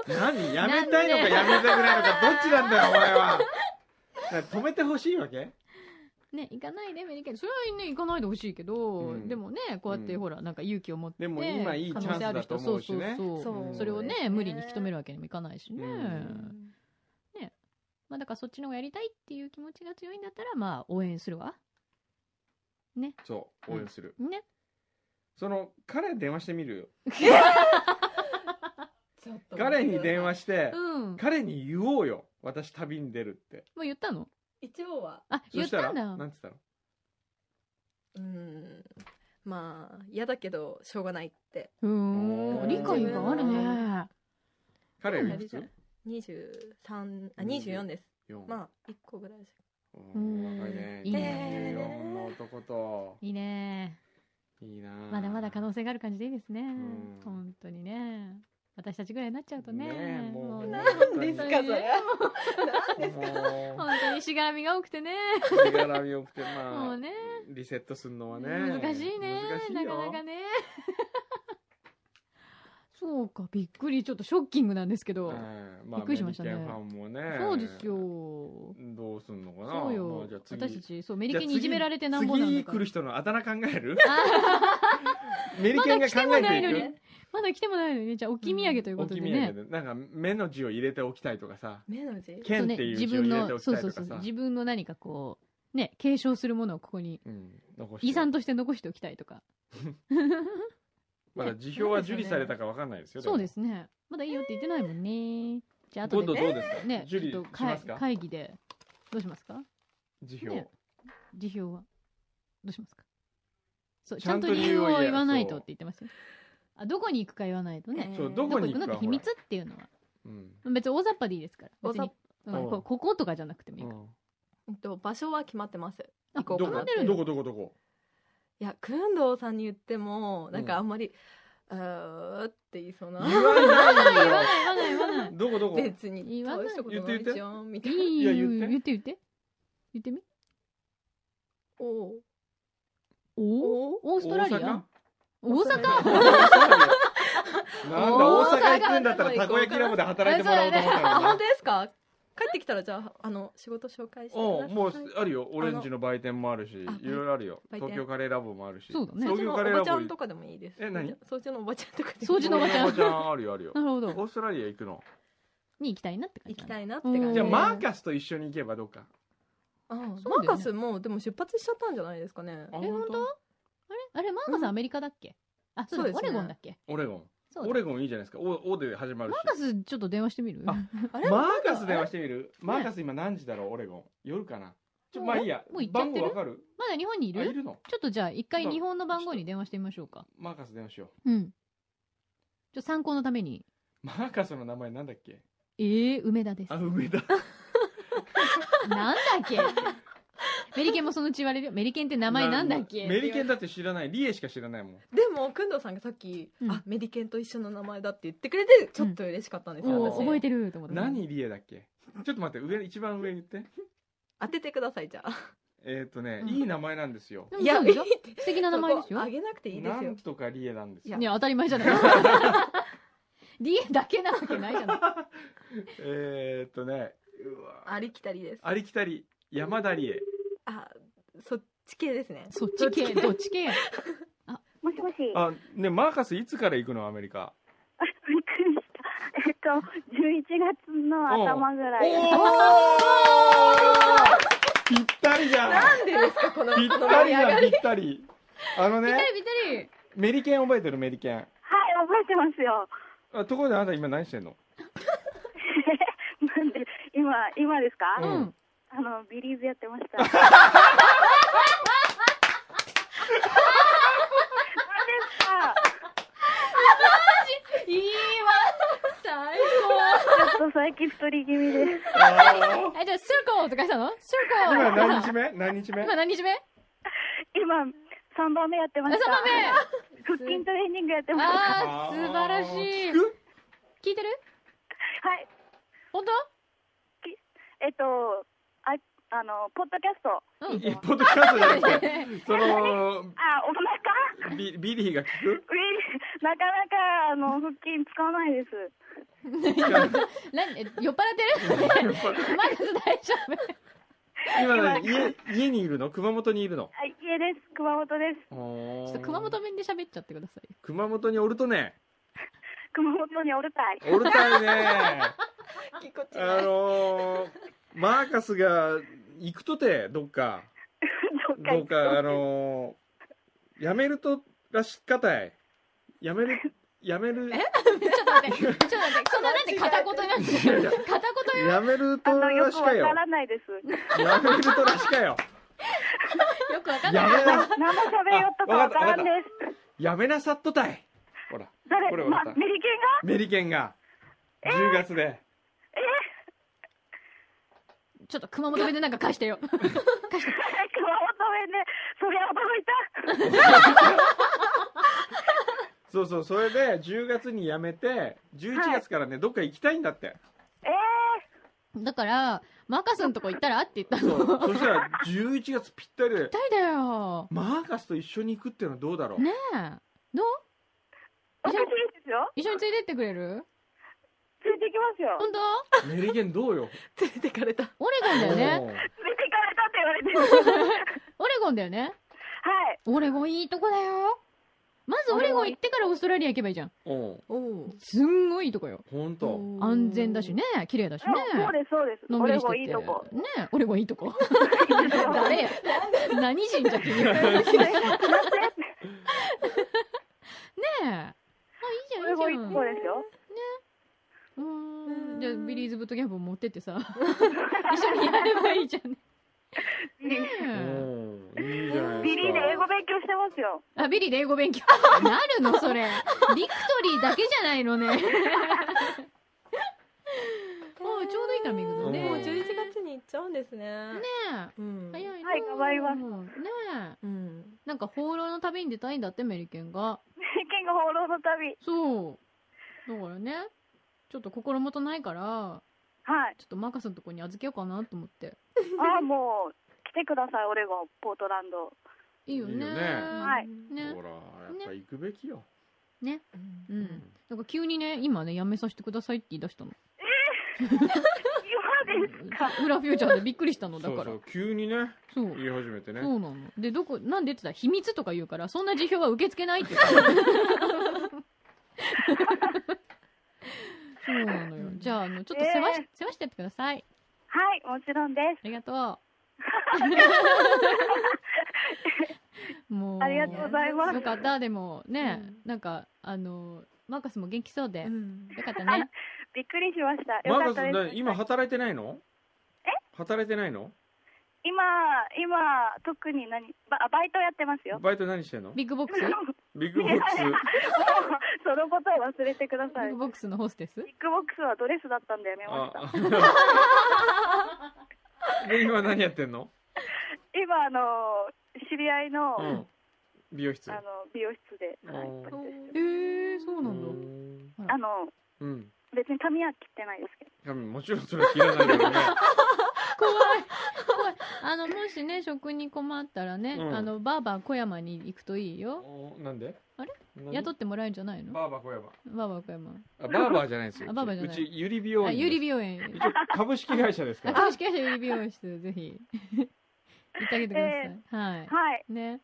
[SPEAKER 2] 何やめたいのかやめたくないのかどっちなんだよお前はだから止めてほしいわけ
[SPEAKER 1] ね行かないでメリケンそれはね行かないでほしいけど、
[SPEAKER 2] うん
[SPEAKER 1] でもねこうやって、
[SPEAKER 2] うん
[SPEAKER 1] ほらなんか勇気を持って
[SPEAKER 2] でも今いいチャンスだと思うしね
[SPEAKER 1] 可能性ある人そうそうそう
[SPEAKER 2] う
[SPEAKER 1] それをね
[SPEAKER 4] です
[SPEAKER 1] 無理に引き止めるわけにもいかないしね、
[SPEAKER 2] うん
[SPEAKER 1] まあだからそっちの方がやりたいっていう気持ちが強いんだったらまあ応援するわ
[SPEAKER 2] そう応援する、
[SPEAKER 1] ね
[SPEAKER 2] その彼に電話してみるよ
[SPEAKER 4] ちょっと
[SPEAKER 2] 彼に電話して、
[SPEAKER 1] うん
[SPEAKER 2] 彼に言おうよ私旅に出るって
[SPEAKER 1] もう言ったの
[SPEAKER 4] 一応は
[SPEAKER 1] あ言
[SPEAKER 2] そ
[SPEAKER 1] っ
[SPEAKER 2] した
[SPEAKER 1] た
[SPEAKER 2] ら
[SPEAKER 1] ん
[SPEAKER 2] な
[SPEAKER 1] だ
[SPEAKER 2] んて言ったの
[SPEAKER 4] うんまあ嫌だけどしょうがないって
[SPEAKER 1] うー
[SPEAKER 2] おー
[SPEAKER 1] ん理解があるね
[SPEAKER 2] 彼
[SPEAKER 4] や
[SPEAKER 2] がい
[SPEAKER 4] り
[SPEAKER 2] くつ
[SPEAKER 4] たい23あ24です
[SPEAKER 2] 四
[SPEAKER 4] まあ1個ぐらいしか
[SPEAKER 2] うん若いね
[SPEAKER 1] いい
[SPEAKER 4] ね
[SPEAKER 2] 24の男と
[SPEAKER 1] いいね
[SPEAKER 2] いいな
[SPEAKER 1] まだまだ可能性がある感じでいいですね
[SPEAKER 2] ん
[SPEAKER 1] 本当にね私たちぐらいになっちゃうとね
[SPEAKER 2] ねえもう
[SPEAKER 1] ね
[SPEAKER 2] なんです
[SPEAKER 1] 本
[SPEAKER 2] か
[SPEAKER 1] 当にね
[SPEAKER 2] も
[SPEAKER 1] 本当にしがらみが多くてね
[SPEAKER 2] う手絡み多くて
[SPEAKER 1] も
[SPEAKER 2] ま
[SPEAKER 1] う
[SPEAKER 2] あ
[SPEAKER 1] ね
[SPEAKER 2] リセットするのはね
[SPEAKER 1] 難しいね
[SPEAKER 2] 難しい
[SPEAKER 1] な
[SPEAKER 2] よ
[SPEAKER 1] かなかね そうかびっくりちょっとショッキングなんですけど、
[SPEAKER 2] うんまあ
[SPEAKER 1] びっくりしましたね
[SPEAKER 2] メリケンファンもね
[SPEAKER 1] そうですよ
[SPEAKER 2] どうすんのかな
[SPEAKER 1] そう
[SPEAKER 2] ま
[SPEAKER 1] よ
[SPEAKER 2] あじゃあ次
[SPEAKER 1] 私たちそうメリケンにいじめられてなんぼ
[SPEAKER 2] じゃ
[SPEAKER 1] な
[SPEAKER 2] あ
[SPEAKER 1] んだ
[SPEAKER 2] 次
[SPEAKER 1] か
[SPEAKER 2] 来
[SPEAKER 1] ら
[SPEAKER 2] る人のあだ名考える
[SPEAKER 1] あ
[SPEAKER 2] メリケンが考え
[SPEAKER 1] まだ来てもな
[SPEAKER 2] て
[SPEAKER 1] い
[SPEAKER 2] い
[SPEAKER 1] の
[SPEAKER 2] く
[SPEAKER 1] に まだ来てもないのにねじゃあ置き土産というこ
[SPEAKER 2] 大
[SPEAKER 1] と
[SPEAKER 2] き
[SPEAKER 1] で
[SPEAKER 2] みやけ
[SPEAKER 1] ね
[SPEAKER 2] どなんか目の字を入れておきたいとかさ
[SPEAKER 4] 目の字
[SPEAKER 2] 剣っていう字を入れておき
[SPEAKER 1] そう
[SPEAKER 2] たい
[SPEAKER 1] そうそ
[SPEAKER 2] とか
[SPEAKER 1] う
[SPEAKER 2] さ
[SPEAKER 1] 自分の何かこうね継承するものをここに
[SPEAKER 2] うん残して
[SPEAKER 1] 遺産として残しておきたいとか
[SPEAKER 2] まだ辞表は受理されたかわかんないですよ
[SPEAKER 1] そうですすねまだいいよって言ってないもんねじゃあ後
[SPEAKER 2] 今度
[SPEAKER 1] で
[SPEAKER 2] どうですか
[SPEAKER 1] ね
[SPEAKER 2] 受理
[SPEAKER 1] ち
[SPEAKER 2] し
[SPEAKER 1] ょっと
[SPEAKER 2] ま
[SPEAKER 1] 会
[SPEAKER 2] すか
[SPEAKER 1] 会議でどうしますか
[SPEAKER 2] 辞
[SPEAKER 1] ね
[SPEAKER 2] 表
[SPEAKER 1] 辞表はどうしますかそうち
[SPEAKER 2] ち
[SPEAKER 1] ゃ
[SPEAKER 2] ゃ
[SPEAKER 1] ん
[SPEAKER 2] ん
[SPEAKER 1] と
[SPEAKER 2] と
[SPEAKER 1] 理由を
[SPEAKER 2] 理由を言え
[SPEAKER 1] 言わないと
[SPEAKER 2] そう
[SPEAKER 1] って言ってましたよあどこに行くか言わないとね
[SPEAKER 4] え
[SPEAKER 2] そう
[SPEAKER 4] ー
[SPEAKER 2] どこに
[SPEAKER 1] 行く
[SPEAKER 2] 行く
[SPEAKER 1] の
[SPEAKER 2] か
[SPEAKER 1] って秘密っていうのは
[SPEAKER 2] うん
[SPEAKER 1] 別に大雑把でいいですから別に
[SPEAKER 4] 大
[SPEAKER 1] うん
[SPEAKER 2] 雑把
[SPEAKER 1] ここことかじゃなくてもいいから、
[SPEAKER 4] うんと場所は決まってます
[SPEAKER 1] あ
[SPEAKER 4] 行こ
[SPEAKER 2] ど
[SPEAKER 4] う
[SPEAKER 2] こ
[SPEAKER 4] か
[SPEAKER 1] 考
[SPEAKER 4] な
[SPEAKER 1] えてる
[SPEAKER 2] どこどこどこ
[SPEAKER 4] いや工藤さんに言ってもなん
[SPEAKER 2] う
[SPEAKER 4] か
[SPEAKER 2] ん
[SPEAKER 4] あんまり「うー」って言いそうな
[SPEAKER 2] 言わないよ
[SPEAKER 1] 言わない言わない言わない
[SPEAKER 2] どこどこ
[SPEAKER 4] 別に
[SPEAKER 1] 言わない
[SPEAKER 4] 大したことないじゃんみたいない
[SPEAKER 1] い
[SPEAKER 2] いや
[SPEAKER 1] よ
[SPEAKER 2] 言って
[SPEAKER 1] 言って言って言ってみ
[SPEAKER 4] おう
[SPEAKER 1] お
[SPEAKER 4] おう
[SPEAKER 1] オーストラリ
[SPEAKER 2] 大阪
[SPEAKER 1] ア大阪
[SPEAKER 2] なんだ大阪行くんだった
[SPEAKER 4] 大阪
[SPEAKER 2] らたこ焼きラボで働いてもらおうと思ったの
[SPEAKER 4] あ本
[SPEAKER 2] に
[SPEAKER 4] 当ですか帰ってきたらじゃああの仕事紹介してく
[SPEAKER 2] お
[SPEAKER 4] ださい
[SPEAKER 2] もうあるよオレンジの売店もあるし
[SPEAKER 4] あ
[SPEAKER 2] いろいろあるよ
[SPEAKER 4] 売店
[SPEAKER 2] 東京カレーラボもあるし
[SPEAKER 1] そうだね
[SPEAKER 4] 掃
[SPEAKER 2] 東
[SPEAKER 4] 除の
[SPEAKER 2] 京
[SPEAKER 4] お
[SPEAKER 2] カレー
[SPEAKER 4] ばちゃ
[SPEAKER 2] ラ
[SPEAKER 4] ん
[SPEAKER 2] ボ
[SPEAKER 4] とかでもいいです
[SPEAKER 2] え何
[SPEAKER 4] 掃除のおばちゃんとかで
[SPEAKER 1] 掃除のおばちゃん
[SPEAKER 2] おばちゃんあるよあるよ
[SPEAKER 1] なるほ
[SPEAKER 2] オ
[SPEAKER 1] ど
[SPEAKER 2] ーストラリア行くの
[SPEAKER 1] に行きたいなって感
[SPEAKER 4] 行
[SPEAKER 1] じだ
[SPEAKER 4] きた
[SPEAKER 1] ね
[SPEAKER 4] いなって感
[SPEAKER 1] うん
[SPEAKER 4] じ
[SPEAKER 2] じゃあ
[SPEAKER 1] えー
[SPEAKER 2] マーカスと一緒に行けばどうか
[SPEAKER 4] うんマ
[SPEAKER 1] そうだよね
[SPEAKER 4] ーカスもでも出発しちゃったんじゃないですかね
[SPEAKER 2] あ
[SPEAKER 1] え本当あれあれマーカス
[SPEAKER 4] うん
[SPEAKER 1] アメリカだっけあそうだ
[SPEAKER 4] そうで
[SPEAKER 1] オレ
[SPEAKER 4] すね
[SPEAKER 1] ゴンだっけ
[SPEAKER 2] オレゴン
[SPEAKER 1] そうだ
[SPEAKER 2] オレゴンいいじゃないですかおおで始まる
[SPEAKER 1] マーカ
[SPEAKER 2] し
[SPEAKER 1] スちょっと電話してみる
[SPEAKER 2] あ
[SPEAKER 4] あれ
[SPEAKER 2] マーカス電話してみるマーカス今何時だろうオレゴン夜かなちょ
[SPEAKER 1] もう
[SPEAKER 2] まあいいや
[SPEAKER 1] もう行っちゃっ
[SPEAKER 2] 番
[SPEAKER 1] てる
[SPEAKER 2] 号わかる
[SPEAKER 1] まだ日本にい
[SPEAKER 2] あい
[SPEAKER 1] る
[SPEAKER 2] るの
[SPEAKER 1] ちょっとじゃあ一回
[SPEAKER 2] まあ
[SPEAKER 1] 日本の番号に電話してみましょうか
[SPEAKER 2] マーカス電話しよ
[SPEAKER 1] うんちょ参考のために
[SPEAKER 2] うマーカスの名前なんだっけ
[SPEAKER 1] ええ梅田です
[SPEAKER 2] あ梅田
[SPEAKER 1] なんだっけメリケンもそのうち言われるよメリケンって名前なんだっけ
[SPEAKER 2] メリケンだって知らないリエしか知らないもん
[SPEAKER 4] でも工藤さんがさっき、
[SPEAKER 1] うん
[SPEAKER 4] あメリケンと一緒の名前だって言ってくれてちょっと嬉しかったんですよ、
[SPEAKER 1] お
[SPEAKER 4] 私
[SPEAKER 1] 覚えてると思って
[SPEAKER 2] 何リエだっけちょっと待って上一番上言って
[SPEAKER 4] 当ててくださいじゃあ
[SPEAKER 2] えっ、とね、
[SPEAKER 1] うん
[SPEAKER 2] いい名前なんですよ
[SPEAKER 1] でもそうでしょ
[SPEAKER 4] いいって
[SPEAKER 1] 素敵な名前です
[SPEAKER 4] そこ
[SPEAKER 1] よ
[SPEAKER 4] あげなくていいです
[SPEAKER 2] な
[SPEAKER 4] よ
[SPEAKER 2] んとかリエなんですよ
[SPEAKER 1] いや当たり前 じゃないリエだけなわけないじゃない
[SPEAKER 2] えーっとねうわ
[SPEAKER 4] ありきたりです
[SPEAKER 2] ありきたり山田理恵
[SPEAKER 4] あそっち系ですね
[SPEAKER 1] そっち系どっち系
[SPEAKER 3] もしもし。あ、
[SPEAKER 2] あねマーカスいつから行くのアメリカ
[SPEAKER 3] びっくりした。えっと、11月の頭ぐらい。
[SPEAKER 2] ぴったりじゃん
[SPEAKER 4] なんでですかこの
[SPEAKER 2] ぴっ
[SPEAKER 4] この
[SPEAKER 2] た
[SPEAKER 4] 盛
[SPEAKER 2] り
[SPEAKER 4] り
[SPEAKER 2] じ
[SPEAKER 4] 上が
[SPEAKER 2] ゃん
[SPEAKER 4] り
[SPEAKER 2] ぴったりあの
[SPEAKER 1] ぴっ
[SPEAKER 2] ね
[SPEAKER 1] たりぴったり
[SPEAKER 2] メリケン覚えてるメリケン
[SPEAKER 3] はい、覚えてますよ。
[SPEAKER 2] あところであなた今何して んの
[SPEAKER 3] なんで、今、今ですか、
[SPEAKER 2] うん
[SPEAKER 1] うん
[SPEAKER 3] あの、ビリーズやって ました。なんですか
[SPEAKER 1] いいわ最
[SPEAKER 3] ちょっと最近太り気味で。
[SPEAKER 2] あー
[SPEAKER 1] 高えじゃあシルコーとかしたのシルコー
[SPEAKER 2] 今何日目何日目
[SPEAKER 1] 今何日目
[SPEAKER 3] 今、3番目やってま
[SPEAKER 1] あ
[SPEAKER 3] し
[SPEAKER 1] 三
[SPEAKER 3] た。
[SPEAKER 1] 番目
[SPEAKER 3] 腹筋トレーニングやってました。
[SPEAKER 1] あー素晴らしい
[SPEAKER 2] 聞く
[SPEAKER 1] 聞いてる
[SPEAKER 3] はい。
[SPEAKER 1] 本当
[SPEAKER 3] えっと、あ、あのポッドキャスト
[SPEAKER 1] うん
[SPEAKER 2] いやポッドキャストじゃなくてその
[SPEAKER 3] あお腹
[SPEAKER 2] ビビリーが聞 く
[SPEAKER 3] ウィなかなかあの腹筋使わないです
[SPEAKER 1] 何え酔っ払ってるまず大丈夫
[SPEAKER 2] 今何家家にいるの熊本にいるの
[SPEAKER 3] あ家です熊本です
[SPEAKER 1] ちょっと熊本弁で喋っちゃってください
[SPEAKER 2] 熊本におるとね
[SPEAKER 3] 熊本におるたい
[SPEAKER 2] おるた いね
[SPEAKER 4] ぎこち
[SPEAKER 2] あ
[SPEAKER 4] ない
[SPEAKER 2] のーマーカスが行くとてどっか
[SPEAKER 3] どっか
[SPEAKER 2] ど
[SPEAKER 3] 行
[SPEAKER 2] う
[SPEAKER 3] く
[SPEAKER 2] かあのーやめるとらしかたいやめるやめる
[SPEAKER 1] ちょっと待ってちょっと待ってそんななんで片言なんですよ片言よ
[SPEAKER 2] やめると
[SPEAKER 3] あのよ
[SPEAKER 2] ら
[SPEAKER 3] く
[SPEAKER 2] し
[SPEAKER 3] わ
[SPEAKER 2] かよ
[SPEAKER 3] からないです
[SPEAKER 2] やめるとらしかよ
[SPEAKER 1] よくわかんない
[SPEAKER 2] やめな
[SPEAKER 3] 何も喋よっとかわからんです
[SPEAKER 2] やめなさっとたいほら
[SPEAKER 3] 誰
[SPEAKER 2] これ
[SPEAKER 3] ま
[SPEAKER 2] わかった
[SPEAKER 3] メリケンが
[SPEAKER 2] メリケンが10月で、
[SPEAKER 1] ちょっと熊本弁でなんか返してよ
[SPEAKER 3] 熊本弁でそれ驚いた
[SPEAKER 2] そうそうそれで10月にやめて11月からね、どっか行きたいんだって
[SPEAKER 3] ええ
[SPEAKER 1] だからマーカスのとこ行ったらって言った
[SPEAKER 2] そ
[SPEAKER 1] の
[SPEAKER 2] うそしたら11月ぴったりで
[SPEAKER 1] 痛いだよ
[SPEAKER 2] マーカスと一緒に行くっていうのはどうだろう、
[SPEAKER 1] ねえどう
[SPEAKER 3] おかしいですよ
[SPEAKER 1] 一緒についてってくれる
[SPEAKER 3] ついてきますよ
[SPEAKER 1] 本当
[SPEAKER 2] メリケンどうよ
[SPEAKER 4] 連れてかれた
[SPEAKER 1] オレゴンだよね
[SPEAKER 3] ついてかれたって言われてる
[SPEAKER 1] オレゴンだよね
[SPEAKER 3] はい
[SPEAKER 1] オレゴンいいとこだよまずオレゴン行ってからオーストラリア行けばいいじゃん
[SPEAKER 2] おうん
[SPEAKER 4] おお
[SPEAKER 1] すんごいいいとこよ
[SPEAKER 2] 本当
[SPEAKER 1] 安全だしね綺麗だしね
[SPEAKER 3] うんそうですそうです
[SPEAKER 1] のん
[SPEAKER 3] オ
[SPEAKER 1] び
[SPEAKER 3] レ
[SPEAKER 1] りして
[SPEAKER 3] ゴ
[SPEAKER 1] て
[SPEAKER 3] ンいいと こ
[SPEAKER 1] ねえオレゴンいいと こダメよ 何人じゃ君ねえまあ
[SPEAKER 3] オレゴ
[SPEAKER 1] い
[SPEAKER 3] ン
[SPEAKER 1] い
[SPEAKER 3] い
[SPEAKER 1] じ
[SPEAKER 3] い
[SPEAKER 1] ゃんいいじゃん
[SPEAKER 3] とこですよ
[SPEAKER 1] うーんじゃあビリーズブートキャンプ持ってって さ一緒にやればいいじゃんねえ
[SPEAKER 2] うんいいじゃないですか
[SPEAKER 3] ビリーで英語勉強してますよ
[SPEAKER 1] あビリーで英語 勉強なるのそれビクトリーだけじゃない のねあちょうどいいタイミングだね
[SPEAKER 4] もう
[SPEAKER 2] うん
[SPEAKER 4] 11月に行っちゃうんですね
[SPEAKER 1] ねえ
[SPEAKER 4] うん
[SPEAKER 1] 早いな
[SPEAKER 3] はい頑張ります
[SPEAKER 1] ねえ
[SPEAKER 4] うん
[SPEAKER 1] なんか放浪の旅に出たいんだってメリケンが
[SPEAKER 3] メリケンが放浪の旅
[SPEAKER 1] そうだからねちょっと心もとないから
[SPEAKER 3] はい
[SPEAKER 1] ちょっとマーカスのとこに預けようかなと思って
[SPEAKER 3] ああもう来てくださいオレゴンポートランド
[SPEAKER 1] いいよね
[SPEAKER 2] いいよね
[SPEAKER 3] はい
[SPEAKER 1] ね
[SPEAKER 2] ほらやっぱ行くべきよ、
[SPEAKER 1] う
[SPEAKER 4] うん
[SPEAKER 1] んなんか急にね今ねやめさせてくださいって言い出したの
[SPEAKER 3] 今ですか
[SPEAKER 1] 裏フューチャーでびっくりしたのだ
[SPEAKER 2] そ
[SPEAKER 1] か
[SPEAKER 2] う
[SPEAKER 1] ら
[SPEAKER 2] そう急にね
[SPEAKER 1] そう
[SPEAKER 2] 言い始めてね
[SPEAKER 1] そうなの。で、どこ、なんでって言ったら、秘密とか言うから、そんな辞表は受け付けないって言っ たのそうなのよ。じゃあ、あの、ちょっと世話し、
[SPEAKER 3] え
[SPEAKER 1] 世話してってください。
[SPEAKER 3] はいもちろんで
[SPEAKER 1] ありが とう。 もう、
[SPEAKER 3] すありがとうございます
[SPEAKER 1] よかった。でも、ね、
[SPEAKER 4] うん
[SPEAKER 1] なんか、あの、マーカスも元気そうで、
[SPEAKER 4] うん
[SPEAKER 1] よかったね。
[SPEAKER 3] びっくりしましたよ
[SPEAKER 2] マ
[SPEAKER 3] か
[SPEAKER 2] ー
[SPEAKER 3] った
[SPEAKER 2] カス
[SPEAKER 3] で
[SPEAKER 2] 何
[SPEAKER 3] す
[SPEAKER 2] 今働いてないの
[SPEAKER 3] え
[SPEAKER 2] 働いてないの
[SPEAKER 3] 今今特に何ババイトやってますよ
[SPEAKER 2] バイト何してんの
[SPEAKER 1] ビッグボックスビ
[SPEAKER 2] ビッグ ボックス
[SPEAKER 3] そのことは忘れてくださ
[SPEAKER 1] ッ
[SPEAKER 3] い
[SPEAKER 1] グボックスのホステス
[SPEAKER 3] ビッグボックスはドレスだったんでやめま
[SPEAKER 2] あ
[SPEAKER 3] した
[SPEAKER 2] あで今何やってんの、
[SPEAKER 3] 今あの知り合いの、
[SPEAKER 2] うん、美容室
[SPEAKER 3] あの美容室で、はい
[SPEAKER 2] うん
[SPEAKER 3] バイト
[SPEAKER 1] え
[SPEAKER 3] して
[SPEAKER 1] ー、そうなんだ。
[SPEAKER 3] あの
[SPEAKER 2] うん
[SPEAKER 3] 別に髪は切ってないですけど
[SPEAKER 2] 多分もちろんそれは切らないけ どね
[SPEAKER 1] 怖い怖いあのもしね食に困ったらね、
[SPEAKER 2] うん
[SPEAKER 1] あのバーバー小山に行くといいよ
[SPEAKER 2] おなんで
[SPEAKER 1] あれ
[SPEAKER 2] なんで
[SPEAKER 1] 雇ってもらえるんじゃないのバ
[SPEAKER 2] バーバー小山
[SPEAKER 1] ーバー小山
[SPEAKER 2] あバーバーじゃないですよ
[SPEAKER 1] あバーバーじゃないう
[SPEAKER 2] ちゆり美容
[SPEAKER 1] あ
[SPEAKER 2] 院
[SPEAKER 1] ゆり美容園
[SPEAKER 2] 一応株式会社ですか
[SPEAKER 1] あ
[SPEAKER 2] ら
[SPEAKER 1] 株式会社ゆり美容室ぜひ行ってあげてください、は
[SPEAKER 3] はい
[SPEAKER 1] いね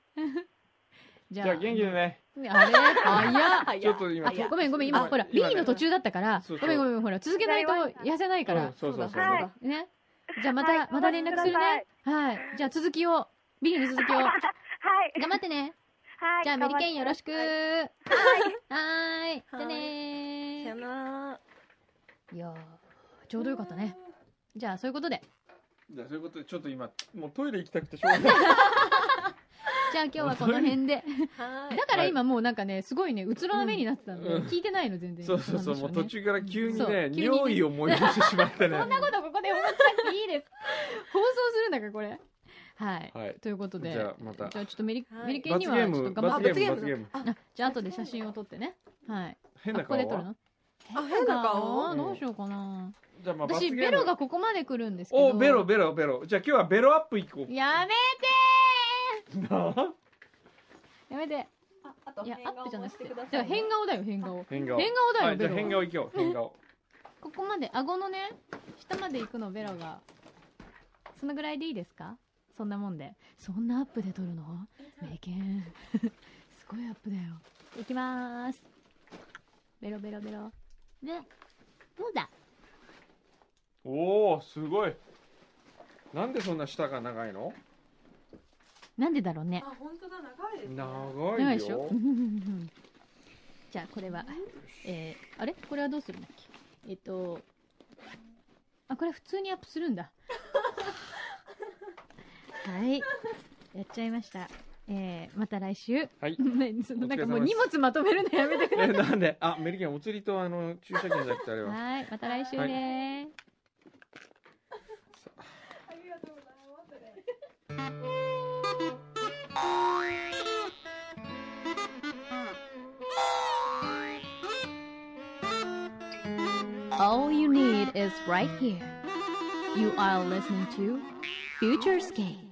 [SPEAKER 1] じ ゃ
[SPEAKER 2] じ
[SPEAKER 1] あ
[SPEAKER 2] ゃあ元気でね
[SPEAKER 1] あれ早っ
[SPEAKER 4] 早い
[SPEAKER 2] ちょっと今
[SPEAKER 4] 早い
[SPEAKER 1] ごめんごめん今
[SPEAKER 2] 今
[SPEAKER 1] ほらビ
[SPEAKER 2] 今ね
[SPEAKER 1] リの途中だったから
[SPEAKER 2] そうそう
[SPEAKER 1] ごめんごめんほら続けないと痩せないか
[SPEAKER 2] うん
[SPEAKER 1] ら、
[SPEAKER 2] そうそうそう、
[SPEAKER 3] はい
[SPEAKER 1] ねじゃあまた、
[SPEAKER 3] はい
[SPEAKER 1] また連絡するねはいじゃあ続きをビリの続きを頑
[SPEAKER 3] はい
[SPEAKER 1] 張ってね
[SPEAKER 3] はい
[SPEAKER 1] じゃあ、メリケンよろ
[SPEAKER 3] し
[SPEAKER 1] しくはーい。じ
[SPEAKER 4] はい
[SPEAKER 1] ゃあね
[SPEAKER 4] さよ
[SPEAKER 1] ー。
[SPEAKER 4] なら
[SPEAKER 1] いやーちょうどよかったね。じゃあ、そういうことで。
[SPEAKER 2] じゃあそういうことでちょっと今もうトイレ行きたくてしょうがない
[SPEAKER 1] じゃあ、今日はこの辺で。
[SPEAKER 4] はーい
[SPEAKER 1] だから今もうなんかね、すごいね、うつろな目になってたんで、
[SPEAKER 2] うん
[SPEAKER 1] 聞いてないの、全然。
[SPEAKER 2] そうそうそう
[SPEAKER 1] こ
[SPEAKER 2] も
[SPEAKER 1] の
[SPEAKER 2] う
[SPEAKER 1] 話
[SPEAKER 2] 途
[SPEAKER 1] はね
[SPEAKER 2] 中から急に
[SPEAKER 1] そう
[SPEAKER 2] ね
[SPEAKER 1] 急にね
[SPEAKER 2] 尿意を思い出してしまってね
[SPEAKER 1] そんなことここで思っちゃっていいです。放送するんだから、これ。はい。
[SPEAKER 2] はい
[SPEAKER 1] ということで。
[SPEAKER 2] じゃあまた
[SPEAKER 1] じゃあちょっとメリ,、
[SPEAKER 4] はい
[SPEAKER 1] メリケン
[SPEAKER 2] 罰
[SPEAKER 1] に
[SPEAKER 2] ゲ
[SPEAKER 1] は、
[SPEAKER 2] ー
[SPEAKER 1] ちょっ
[SPEAKER 2] ム
[SPEAKER 1] と頑張
[SPEAKER 2] 罰
[SPEAKER 1] っ
[SPEAKER 2] ゲ
[SPEAKER 1] て。
[SPEAKER 2] ーム
[SPEAKER 4] あ
[SPEAKER 2] 罰ゲーム
[SPEAKER 4] 罰ゲーム
[SPEAKER 1] じゃあ、後で写真を撮ってね。はい。
[SPEAKER 2] 変
[SPEAKER 1] あ
[SPEAKER 2] な
[SPEAKER 1] ここ
[SPEAKER 2] 顔
[SPEAKER 1] で撮る
[SPEAKER 2] は
[SPEAKER 1] の
[SPEAKER 4] あ変な顔
[SPEAKER 1] どうしようかな。
[SPEAKER 2] じゃあまあ罰ゲ
[SPEAKER 1] 私
[SPEAKER 2] ーム
[SPEAKER 1] ベロがここまで来るんですけど
[SPEAKER 2] おベロベロベロじゃあ今日はベロアップいこ
[SPEAKER 1] やめ
[SPEAKER 2] うな
[SPEAKER 1] てーやめて
[SPEAKER 4] ああと
[SPEAKER 1] いやアップじゃなく
[SPEAKER 4] して
[SPEAKER 1] て
[SPEAKER 4] ください
[SPEAKER 1] じゃあ変顔だよ変顔
[SPEAKER 2] 変顔
[SPEAKER 1] 変顔だ
[SPEAKER 2] は
[SPEAKER 1] よ
[SPEAKER 2] いじ
[SPEAKER 1] ベ
[SPEAKER 2] ゃあ
[SPEAKER 1] ロ
[SPEAKER 2] 変
[SPEAKER 1] は
[SPEAKER 2] 顔いこう変顔
[SPEAKER 1] ここまで顎のね下まで行くのベロがそのぐらいでいいですかそんなもんでそんなアップで撮るの名犬 すごいアップだよいきまーすベロベロベロねどうだ
[SPEAKER 2] おおすごいなんでそんな舌が長いの
[SPEAKER 1] なんでだろうね
[SPEAKER 4] あ本当だ長いです、ね、
[SPEAKER 2] 長
[SPEAKER 1] 長い
[SPEAKER 2] い
[SPEAKER 1] でしょ
[SPEAKER 2] よ
[SPEAKER 1] じゃあこれはえー、あれこれはどうするんだっけえっとあこれ普通にアップするんだ はいやっちゃいましたえー、また来週
[SPEAKER 2] はい
[SPEAKER 1] 何 そのなんかもう荷
[SPEAKER 2] お疲れ様で
[SPEAKER 1] 物まとめるのやめてくだ
[SPEAKER 2] えなんであメリケンお釣りとあの注射券じゃなくてあれ
[SPEAKER 1] さい
[SPEAKER 2] は
[SPEAKER 1] はいまた来週ね
[SPEAKER 4] ありがとうございます
[SPEAKER 1] All you need is right here You are listening to Futurescape